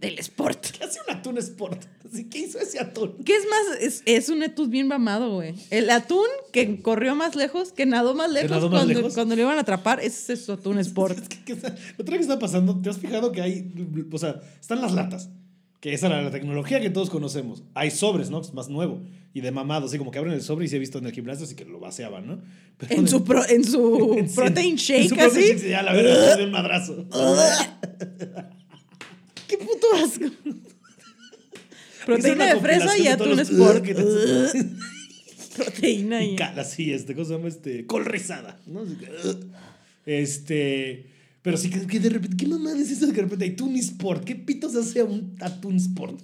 A: Del sport.
B: ¿Qué hace un atún sport? Así, ¿Qué hizo ese atún?
A: ¿Qué es más? Es, es un etus bien mamado, güey. El atún que corrió más lejos, que nadó más lejos,
B: nadó más
A: cuando,
B: lejos?
A: cuando lo iban a atrapar, ese es su atún sport.
B: Es que, que está- lo otro que está pasando, ¿te has fijado que hay, o sea, están las latas? Que esa era la tecnología que todos conocemos. Hay sobres, ¿no? Es más nuevo y de mamado, así como que abren el sobre y se ha visto en el gimnasio, así que lo vaciaban, ¿no? Pero
A: En
B: de-
A: su, pro- en su
B: en-
A: protein
B: en su
A: shake,
B: protein
A: así.
B: shake, ya, la verdad, de un madrazo.
A: ¡Qué puto asco!
B: Hice una
A: Proteína de fresa
B: compilación
A: y
B: de todos
A: atún
B: los-
A: sport.
B: que te-
A: Proteína y.
B: Cal, así, este, ¿cómo se llama? Este, col rizada, ¿no? Así que, ugh. Este, pero sí que, que de repente, ¿qué mamada es eso de que de repente hay Toon Sport? ¿Qué pitos hace un atún Sport?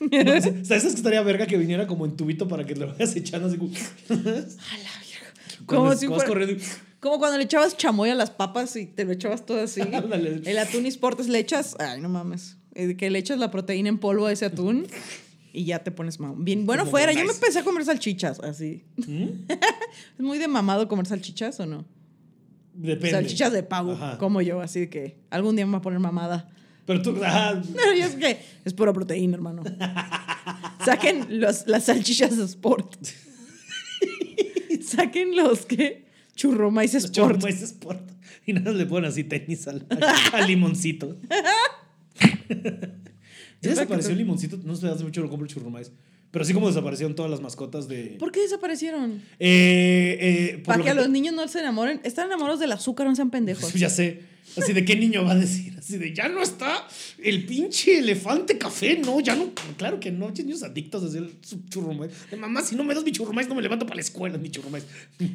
B: No, o sea, ¿Sabes que estaría verga que viniera como en tubito para que lo vayas echando así como...
A: A la verga.
B: Cuando
A: Como
B: es-
A: si
B: cuando
A: fuera-
B: vas corriendo y-
A: Como cuando le echabas chamoy a las papas y te lo echabas todo así.
B: Ándale.
A: el atún y sportes le echas, ay, no mames, eh, que le echas la proteína en polvo a ese atún y ya te pones mamón. Bien, bueno,
B: Como
A: fuera, yo me
B: nice. ¿Mm?
A: empecé a comer salchichas, así. es muy de mamado comer salchichas o no?
B: Depende.
A: Salchichas de pavo,
B: Ajá.
A: como yo, así de que algún día me voy a poner mamada.
B: Pero tú, ajá,
A: Pero yo es que es pura proteína, hermano. Saquen los, las salchichas de sport. Saquen los que churromais sport.
B: chorro es Sport. Y nada, más le ponen así tenis al, al limoncito. ¿Ya
A: Yo creo que
B: desapareció
A: tú-
B: el limoncito? No sé, hace mucho lo compro churrumais. Pero así como desaparecieron todas las mascotas de.
A: ¿Por qué desaparecieron?
B: Eh, eh, por
A: Para
B: lo
A: que a
B: que-
A: los niños no se enamoren. Están enamorados del azúcar, no sean pendejos.
B: Ya sé. Así de qué niño va a decir. Así de ya no está el pinche elefante café. No, ya no. Claro que no. Niños adictos a hacer su churrumais. De mamá, si no me das mi churrumais, no me levanto para la escuela. Mi churrumais.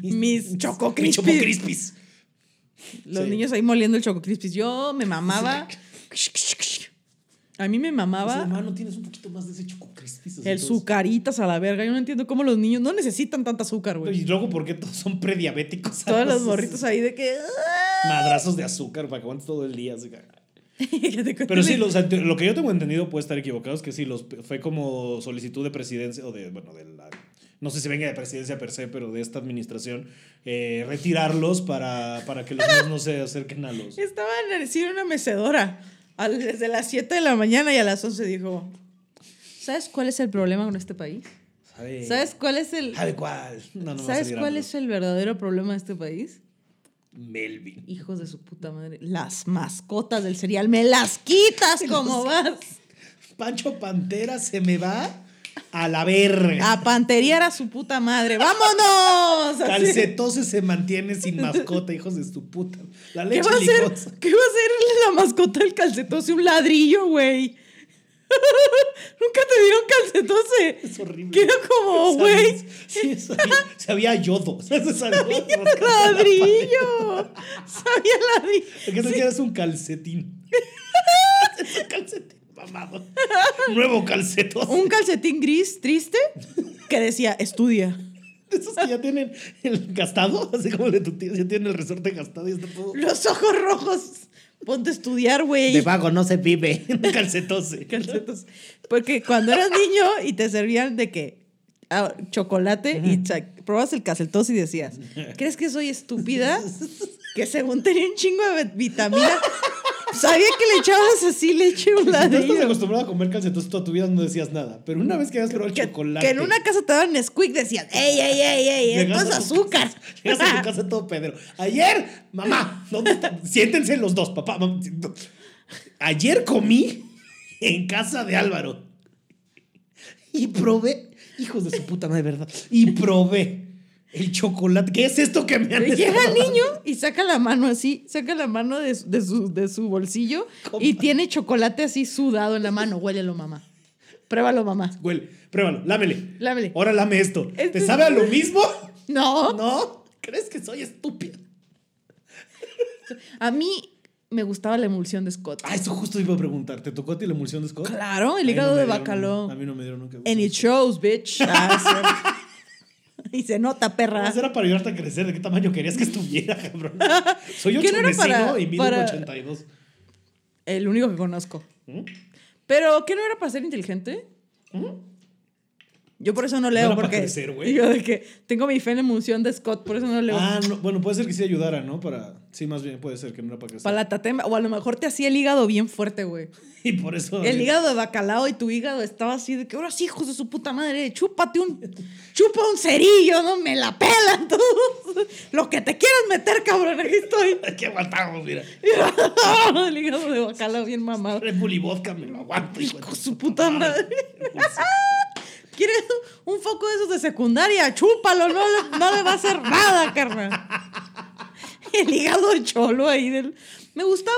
A: Mis Choco
B: Mi choco
A: Crispies.
B: crispis.
A: Los
B: Sí.
A: niños ahí moliendo el Choco Crispis. Yo me mamaba. A mí me
B: Pues,
A: mamaba
B: hermano, tienes un poquito más de ese choco crispis. así
A: el
B: todos-
A: sucaritas a la verga. Yo no entiendo cómo los niños no necesitan tanta azúcar, güey.
B: Pues, Y luego, ¿por qué todos son prediabéticos?
A: Todos los morritos ahí de que. "Ah".
B: Madrazos de azúcar para que aguantes todo el día. así que-
A: que te
B: Pero
A: cuenten
B: sí,
A: el-
B: lo, o sea, te- lo que yo tengo entendido puede estar equivocado, es que sí, los, fue como solicitud de presidencia, o de, bueno, de la, no sé si venga de presidencia per se, pero de esta administración, eh, retirarlos para, para que los niños no se acerquen a los...
A: Estaban en sí, en una mecedora al- desde las 7 de la mañana y a las 11 dijo, ¿sabes cuál es el problema con este país?
B: ¿Sabe,
A: ¿Sabes cuál es el,
B: ¿Sabe cuál? Eh. No, no me va a
A: ¿sabes
B: salir
A: cuál
B: algo.
A: es el verdadero problema de este país?
B: Melvin.
A: Hijos de su puta madre, las mascotas del cereal, me las quitas como vas.
B: Pancho Pantera se me va a la verga.
A: A panterear a su puta madre, vámonos. Así.
B: Calcetose se mantiene sin mascota, hijos de su puta. La
A: ¿Qué
B: leche
A: va, a
B: licosa.
A: ser, ¿Qué va a ser la mascota del calcetose? Un ladrillo, güey. Nunca te dieron calcetose.
B: Es horrible.
A: Queda como, güey,
B: Sí, sabía, sabía yodo. O sea, se sabía roscar la pared.
A: ladrillo. Sabía ladrillo.
B: Lo que no quieras es un calcetín. es un calcetín mamado. Nuevo calcetón.
A: Un calcetín gris triste que decía, estudia.
B: Esos que ya tienen el gastado, así como el de tu tío, ya tienen el resorte gastado y está todo.
A: Los ojos rojos. Ponte a estudiar, güey.
B: vago no se vive. Calcetose.
A: Calcetos. Porque cuando eras niño y te servían de que ah, chocolate y cha- probabas el calcetos y decías, ¿crees que soy estúpida? Que según tenía un chingo de vitamina, sabía que le echabas así leche un
B: Si no estás
A: ladrillo.
B: acostumbrado a comer calcetose toda tu vida, no decías nada. Pero una vez que habías probado el
A: que,
B: chocolate.
A: que en una casa te daban Nesquik, decían, ¡ey, ey, ey, ey! Esto
B: Llegas
A: es
B: a tu
A: azúcar.
B: casa- Llegas a tu casa todo pedro. Ayer, mamá, ¿dónde está? siéntense los dos, papá. mamá. Ayer comí en casa de Álvaro. Y probé, hijos de su puta madre, ¿verdad? Y probé el chocolate. ¿Qué es esto que me han
A: Llega el
B: estado
A: niño y saca la mano así, saca la mano de, su- de su, de su bolsillo y tiene chocolate así sudado en la mano. Huélelo, mamá. Pruébalo, mamá.
B: Huele, pruébalo, lámele.
A: Lámele.
B: Ahora lame esto. ¿Te
A: Este-
B: sabe a lo mismo?
A: No,
B: ¿No? ¿Crees que soy estúpida?
A: a mí me gustaba la emulsión de Scott.
B: Ah, eso justo iba a preguntar. ¿Te tocó a ti la emulsión de Scott?
A: Claro,
B: A
A: el
B: mí no
A: hígado
B: me
A: de
B: dieron-
A: bacalao.
B: A mí no me dieron nunca.
A: And it shows, bitch. Ah, sí. y se nota, perra.
B: Eso era para ayudarte a crecer. ¿De qué tamaño querías que estuviera, cabrón? Soy
A: ¿Qué no era
B: ochomecino
A: para-
B: y mido
A: para-
B: 82.
A: El único que conozco.
B: ¿Mm?
A: Pero, ¿qué no era para ser inteligente? Yo por eso no leo,
B: era para
A: porque
B: crecer, güey.
A: yo de que tengo mi fe en la emulsión de Scott, por eso no leo.
B: Ah, no, bueno, puede ser que sí ayudara, ¿no? Para... Sí, más bien puede ser que no era para crecer.
A: Para la tatema, o a lo mejor te hacía el hígado bien fuerte, güey.
B: Y por eso...
A: El hígado de bacalao y tu hígado estaba así de que ahora sí, hijos de su puta madre, chúpate un. Chupa un cerillo, no me la pelan tú. Lo que te quieras meter, cabrón, aquí estoy.
B: Hay que aguantamos, mira.
A: el hígado de bacalao bien mamado.
B: Red Bull y vodka me lo aguanto. hijo de
A: Hijo de su puta madre.
B: Emulsión.
A: ¿Quieres un foco de esos de secundaria? Chúpalo, no le, no le va a hacer nada, carnal. El hígado cholo ahí del. Me gustaba.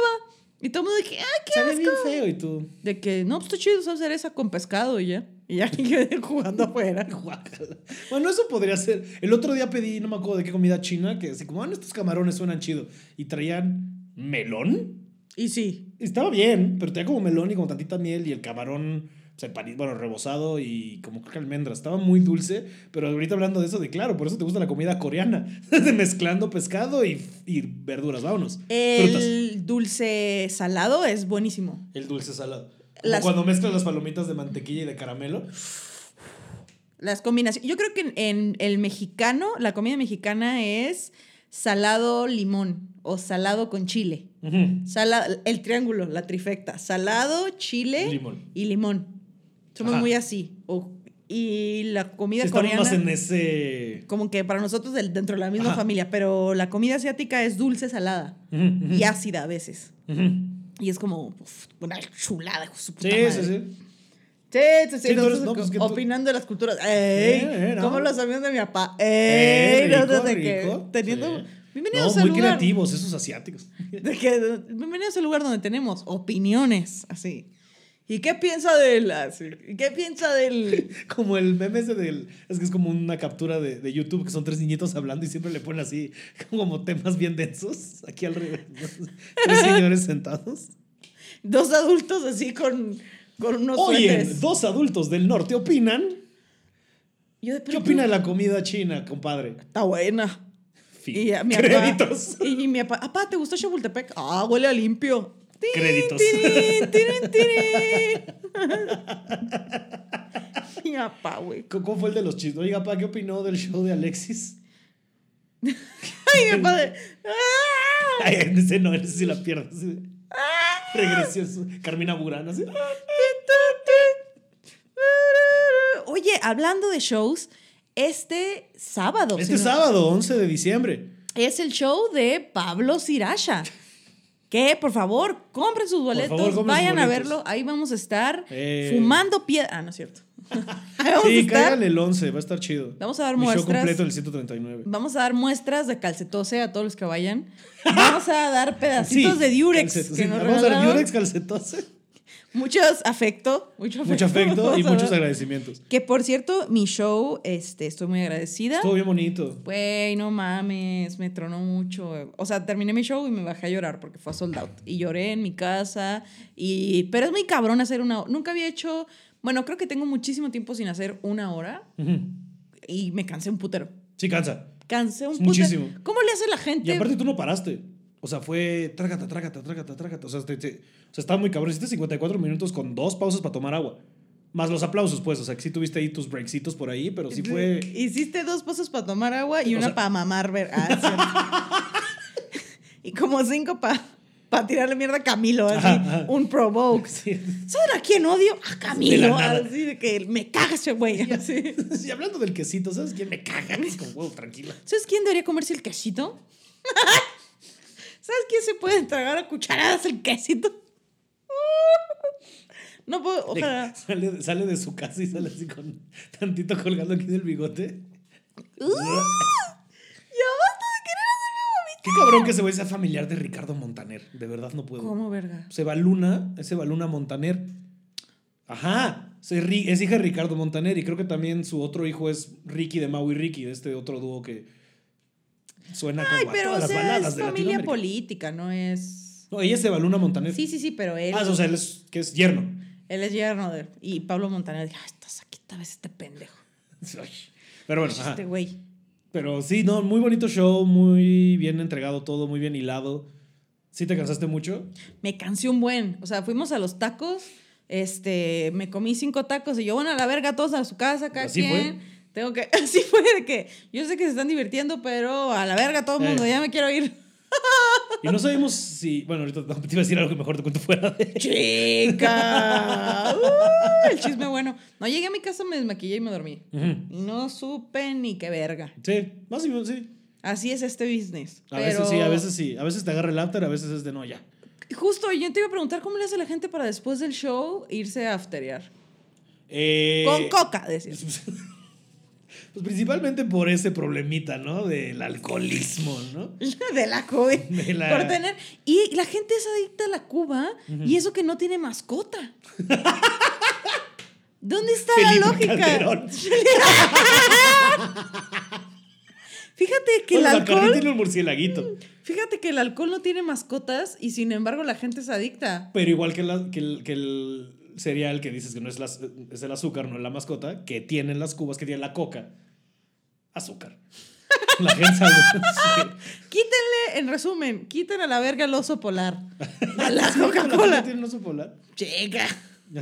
A: Y todo el mundo dije, ¡ay, qué
B: Sabe
A: asco!
B: bien feo y tú...
A: De que, no, pues está chido hacer esa con pescado y ya. Y ya quedé jugando afuera.
B: Guácala. Bueno, eso podría ser. El otro día pedí, no me acuerdo de qué comida china, que así como, ah, estos camarones suenan chido. Y traían melón.
A: Y sí.
B: Estaba bien, pero tenía como melón y como tantita miel y el camarón, o sea, pari- bueno, rebozado y como creo que almendras. Estaba muy dulce, pero ahorita hablando de eso, de claro, por eso te gusta la comida coreana. De mezclando pescado y, y verduras, vámonos. Frutas.
A: El dulce salado es buenísimo.
B: El dulce salado. Como
A: Las-
B: Cuando mezclas las palomitas de mantequilla y de caramelo.
A: Las combinaciones. Yo creo que en, en el mexicano, la comida mexicana es salado limón o salado con chile.
B: Ujú.
A: Sala, el triángulo, la trifecta. Salado, chile
B: Limón.
A: y limón. Somos
B: Ajá.
A: muy así. O- y la comida
B: Sí, estamos
A: coreana.
B: más en ese.
A: Como que para nosotros del- dentro de la misma
B: Ajá.
A: familia, pero la comida asiática es dulce, salada
B: Ujú, ujú,
A: y ácida a veces.
B: ujú.
A: Y es como uf, una chulada. hijo de su puta
B: Sí, sí,
A: madre.
B: sí.
A: Sí, sí, sí,
B: Sí,
A: nosotros
B: tú eres- no, pues, que tú-
A: opinando de las culturas. ¡Ey!
B: Eh, eh, no.
A: ¿Cómo los amigos de mi papá? ¡Ey!
B: Eh,
A: no,
B: rico,
A: de que-
B: rico.
A: teniendo.
B: Sí.
A: Bienvenidos
B: no,
A: al
B: muy
A: lugar.
B: creativos, esos asiáticos.
A: de que- bienvenidos al lugar donde tenemos opiniones, así. ¿Y qué piensa del.? así? ¿Y qué piensa del.?
B: Como el meme ese del. Es que es como una captura de, de YouTube que son tres niñitos hablando y siempre le ponen así, como temas bien densos. Aquí al revés. ¿no? Tres señores sentados.
A: Dos adultos así con, con unos.
B: Oye,
A: suéteres.
B: dos adultos del norte opinan.
A: Yo de-
B: ¿Qué
A: pero-
B: opina de la comida china, compadre?
A: Está buena.
B: Fin.
A: Y a mi papá-
B: Créditos.
A: y mi papá, "Apá, ¿te gustó Chapultepec? Ah, huele a limpio. Tin,
B: Créditos.
A: tirin, tirin, tirin. mi papá, güey.
B: ¿Cómo cómo fue el de los chistes? Oiga, papá, ¿qué opinó del show de Alexis?
A: Ay, mi papá de- ¡Ah!
B: Ay, en ese no, en ese sí la pierdo. así de- Regresó su- Carmina Burana. así.
A: Oye, hablando de shows, este sábado.
B: Este
A: si no-
B: sábado, 11 de diciembre.
A: Es el show de Pablo Sirasha. Que por favor, compren sus boletos,
B: favor, compren sus
A: vayan a
B: boletos.
A: verlo. Ahí vamos a estar
B: Eh.
A: fumando piedra. Ah, no es cierto. Ahí vamos a
B: Sí,
A: estar.
B: caigan el 11, va a estar chido.
A: Vamos a dar
B: Mi show
A: muestras.
B: completo el 139.
A: Vamos a dar muestras de calcetose a todos los que vayan. Vamos a dar pedacitos
B: Sí,
A: de Durex.
B: calcetos.
A: que
B: Sí,
A: nos
B: Vamos a dar
A: regalaron.
B: Durex calcetose.
A: Muchos afecto. Mucho afecto,
B: Mucho afecto
A: vamos
B: y
A: a
B: muchos
A: dar.
B: agradecimientos.
A: Que por cierto, mi show, este, estoy muy agradecida.
B: Estuvo bien bonito.
A: Güey, no mames, me tronó mucho. O sea, terminé mi show y me bajé a llorar porque fue a sold out. Y lloré en mi casa. Y... Pero es muy cabrón hacer una... Nunca había hecho... Bueno, creo que tengo muchísimo tiempo sin hacer una hora
B: Ujú.
A: y me cansé un putero.
B: Sí, cansa.
A: Cansé un
B: Es
A: putero.
B: muchísimo.
A: ¿Cómo le hace la gente?
B: Y aparte tú no paraste. O sea, fue trágata, trágata, trágata, trágata. O sea, te- te- o sea está muy cabrón. Hiciste 54 minutos con dos pausas para tomar agua. Más los aplausos, pues. O sea, que sí tuviste ahí tus breaksitos por ahí, pero sí pues, fue...
A: Hiciste dos pozos para tomar agua y
B: O
A: una
B: sea-
A: para mamar ver. ah, sí. y como cinco para tirarle mierda a Camilo, así,
B: Ajá, ajá.
A: un provoke.
B: Sí.
A: ¿Sabes a quién odio? A
B: De la
A: Camilo,
B: nada.
A: así de que me caga ese güey. así.
B: Y hablando del quesito, ¿sabes quién me caga? Es como, wow, tranquila.
A: ¿Sabes quién debería comerse el quesito? ¿Sabes quién se puede tragar a cucharadas el quesito? No puedo, ojalá.
B: Sale, sale de su casa y sale así con tantito colgando aquí del bigote.
A: Ya basta de querer hacerme vomitar.
B: Qué cabrón que ese güey sea familiar de Ricardo Montaner. De verdad no puedo.
A: ¿Cómo, verga?
B: Se va Luna, ese va Luna Montaner. Ajá, se ri- es hija de Ricardo Montaner y creo que también su otro hijo es Ricky de Mau y Ricky, de este otro dúo que suena
A: Ay,
B: como a
A: pero
B: todas
A: o
B: las
A: sea,
B: baladas
A: es
B: de
A: familia
B: Latinoamérica.
A: política, no es.
B: No, ella es Eva Luna Montaner.
A: Sí, sí, sí, pero él.
B: Ah, o sea, él es, que es yerno.
A: Él es yerno de. Y Pablo Montaner dijo: "Ah, Estás aquí, tal vez este pendejo.
B: Ay, Pero bueno, ajá.
A: Este güey.
B: Pero sí, no, muy bonito show, muy bien entregado todo, muy bien hilado. ¿Sí te cansaste mucho?
A: Me cansé un buen. O sea, fuimos a los tacos. Este, me comí cinco tacos y yo, bueno, a la verga, todos a su casa, cada
B: Así
A: quien. Tengo que. Así fue de que. Yo sé que se están divirtiendo, pero a la verga todo el
B: Eh.
A: mundo, ya me quiero ir.
B: Y no sabemos si... Bueno, ahorita te iba a decir algo que mejor te cuento fuera de...
A: ¡Chica! Uh, el chisme bueno. No llegué a mi casa, me desmaquillé y me dormí.
B: Ujú.
A: Y no supe ni qué verga.
B: Sí, más o menos sí.
A: Así es este business.
B: A
A: pero-
B: veces sí, a veces sí. A veces te agarra el after, a veces es de no, ya.
A: Justo, yo te iba a preguntar cómo le hace la gente para después del show irse a afterear.
B: Eh,
A: Con coca, decías.
B: Pues principalmente por ese problemita, ¿no? Del alcoholismo, ¿no?
A: De la COVID.
B: De la-
A: Por tener. Y la gente es adicta a la Cuba y eso que no tiene mascota. ¿Dónde está la
B: Felipe
A: lógica?
B: Calderón.
A: Fíjate que
B: Bueno,
A: el
B: Bacardi
A: alcohol.
B: tiene un murcielaguito.
A: Fíjate que el alcohol no tiene mascotas y sin embargo la gente es adicta.
B: Pero igual que, la- que el, que el cereal que dices que no es, las- es el azúcar, no es la mascota, que tienen las cubas, que tiene la coca. Azúcar. La gente sabe. Sí.
A: Quítenle, en resumen, quiten a la verga el oso polar. A la
B: La coca
A: Coca-Cola.
B: tiene un oso polar.
A: Chica.
B: Ya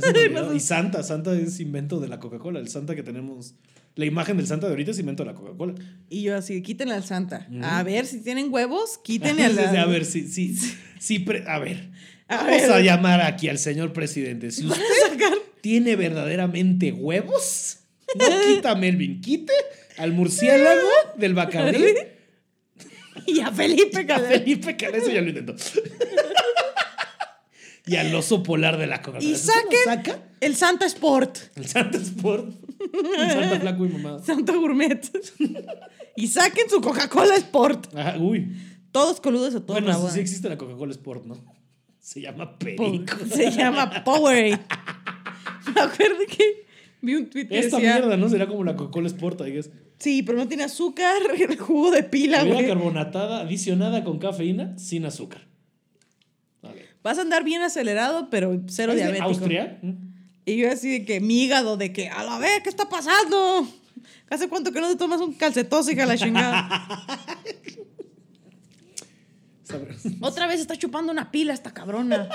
B: se me olvidó. y Santa, Santa es invento de la Coca-Cola. El Santa que tenemos, la imagen del Santa de ahorita es invento de la Coca-Cola.
A: Y yo así, quítenle al Santa. A ver, si tienen huevos, quítenle al
B: Entonces,
A: Santa.
B: a ver, sí, sí, sí, pre- a ver.
A: A
B: vamos
A: ver.
B: a llamar aquí al señor presidente. Si usted tiene verdaderamente huevos, no quita a Melvin, quite al murciélago del Bacardí
A: Y a Felipe
B: a
A: Calderón.
B: Felipe Calderón. Eso ya lo intentó. y al oso polar de la Coca-Cola.
A: Y
B: ¿Eso se lo
A: saquen
B: saca?
A: el Santa Sport,
B: El Santa Sport. El Santa Flaco y mamada.
A: Santa Gourmet. y saquen su Coca-Cola Sport.
B: Ajá, Ah, uy.
A: Todos coludos o todos
B: Bueno,
A: rabones.
B: sí existe la Coca-Cola Sport, ¿no? Se llama
A: Po-
B: Perico.
A: Se llama Powerade. Me acuerdo que vi un tweet que
B: Esta
A: decía,
B: mierda, ¿no? Será como la Coca-Cola Sport, I guess.
A: Sí, pero no tiene azúcar, el jugo de pila,
B: Bebida
A: güey.
B: carbonatada adicionada con cafeína sin azúcar. Vale.
A: Vas a andar bien acelerado, pero cero
B: ¿Es de
A: diabético.
B: Austria? ¿Mm?
A: Y yo así de que mi hígado, de que, a la vez, ¿qué está pasando? ¿Hace cuánto que no te tomas un calcetós, hija de la chingada?
B: Sabroso.
A: Otra vez está chupando una pila esta cabrona.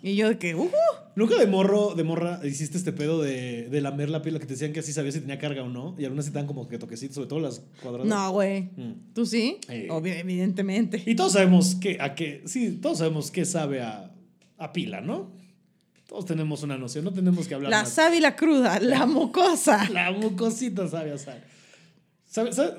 A: Y yo de que, uh,
B: Nunca de morro, de morra, hiciste este pedo de, de lamer la piel, que te decían que así sabías si tenía carga o no. Y algunas sí te dan como que toquecitos, sobre todo las cuadradas.
A: no, güey.
B: Mm.
A: ¿Tú sí?
B: Eh.
A: Obvio, evidentemente.
B: Y todos sabemos que, a qué, sí, todos sabemos qué sabe a, a pila, ¿no? Todos tenemos una noción, no tenemos que hablar
A: La
B: más.
A: sábila cruda, la mocosa.
B: La mucosita sabe a sal. ¿Sabe, sabe?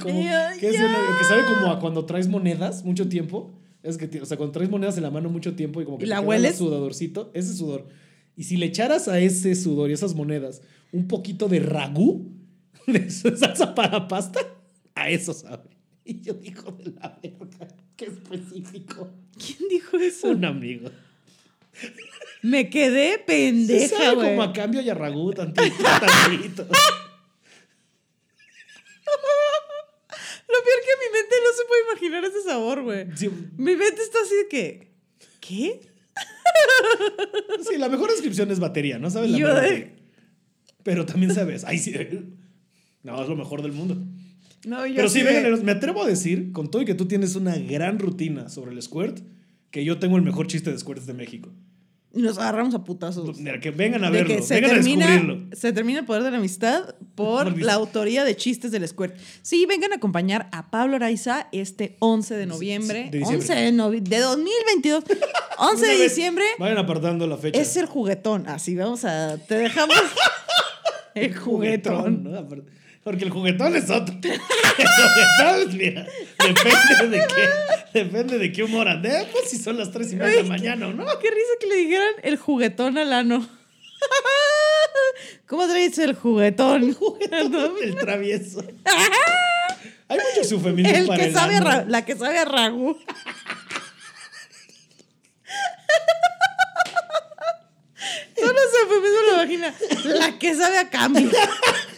B: como,
A: Ay,
B: que, es
A: ya.
B: una- que sabe como a cuando traes monedas mucho tiempo. Es que, ti- o sea, cuando traes monedas en la mano mucho tiempo y como que
A: ¿Y la
B: queda
A: hueles?
B: el sudadorcito, ese sudor. Y si le echaras a ese sudor y esas monedas un poquito de ragú, de su salsa para pasta, a eso sabe. Y yo digo de la verga, qué específico.
A: ¿Quién dijo eso?
B: Un amigo.
A: Me quedé
B: Se
A: pendeja,
B: sabe
A: güey.
B: como a cambio y a ragú, tantito, tantito.
A: Lo peor que mi mente no se puede imaginar ese sabor, güey.
B: Sí,
A: Mi mente está así de que, ¿qué?
B: Sí, la mejor descripción es batería, ¿no sabes la
A: Yo
B: mejor
A: de-
B: batería. Pero también sabes, ahí sí. No, es lo mejor del mundo.
A: No, yo
B: Pero sí,
A: así de-
B: véanle, me atrevo a decir, con todo y que tú tienes una gran rutina sobre el squirt, que yo tengo el mejor chiste de squirts de México.
A: Y nos agarramos a putazos.
B: Mira, Que vengan a
A: De
B: verlo,
A: que se
B: vengan a
A: termina,
B: descubrirlo.
A: se termina el poder de la amistad por
B: Por mis-
A: la autoría de chistes del Squirt. Sí, vengan a acompañar a Pablo Araiza este 11 de noviembre.
B: sí, de diciembre.
A: 11 de, novi- de 2022. 11
B: Una
A: de
B: vez,
A: diciembre
B: Vayan apartando la fecha.
A: es el juguetón. Así vamos a. Te dejamos. el juguetón.
B: ¿no? Aparte- Porque el juguetón es otro. El juguetón, mira, depende de qué, depende de qué humor andemos, si son las tres y media de la mañana o no.
A: Oh, Qué risa que le dijeran el juguetón al ano. ¿Cómo traes el juguetón?
B: Todo el travieso. Hay muchos eufemismos
A: El
B: para
A: que
B: el
A: sabe a
B: ano.
A: ra- la que sabe a ragú. Solo se fue mismo la vagina. La que sabe a cambio.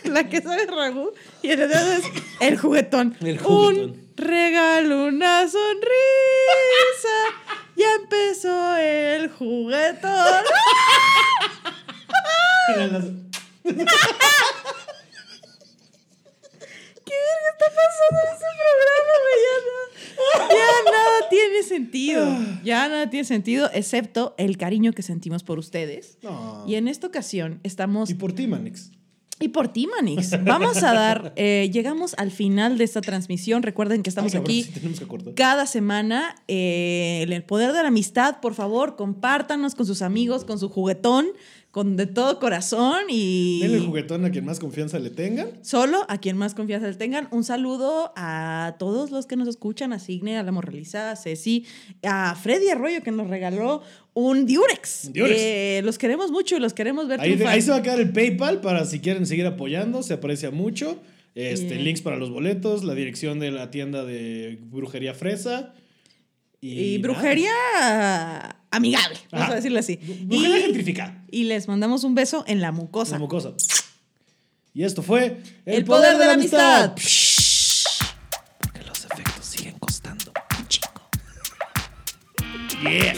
A: La que sabe a ragú. Y el otro es el juguetón.
B: El juguetón.
A: Un regalo, una sonrisa. Ya empezó el juguetón.
B: Mira, Ah. las-
A: ¿Qué verga está pasando en ese programa, güey? Ya, nada- ya nada tiene sentido. Ya nada tiene sentido, excepto el cariño que sentimos por ustedes.
B: No.
A: Y en esta ocasión estamos...
B: Y por ti, Manix.
A: Y por ti, Manix. Vamos a dar... eh, llegamos al final de esta transmisión. Recuerden que estamos
B: Ay, cabrón,
A: aquí
B: sí tenemos que cortar.
A: cada semana. eh, en el poder de la amistad, por favor, compártanos con sus amigos, con su juguetón, con de todo corazón y...
B: Denle el juguetón a quien más confianza le tengan.
A: Solo a quien más confianza le tengan. Un saludo a todos los que nos escuchan, a Signe, a La Morreliza, a Ceci, a Freddy Arroyo que nos regaló un Diurex.
B: Un Diurex.
A: Eh, los queremos mucho y los queremos ver
B: Ahí,
A: triunfar.
B: ahí se va a quedar el PayPal para si quieren seguir apoyando. Se aprecia mucho. Este,
A: Yeah.
B: Links para los boletos, la dirección de la tienda de Brujería Fresa.
A: Y
B: nada.
A: brujería amigable, vamos
B: Ajá.
A: a decirlo así.
B: Bu- Brujería
A: Y,
B: gentrificada.
A: y les mandamos un beso en la mucosa.
B: La mucosa. Y esto fue
A: El, poder, de la amistad.
B: Que los efectos siguen costando un chico. Yeah.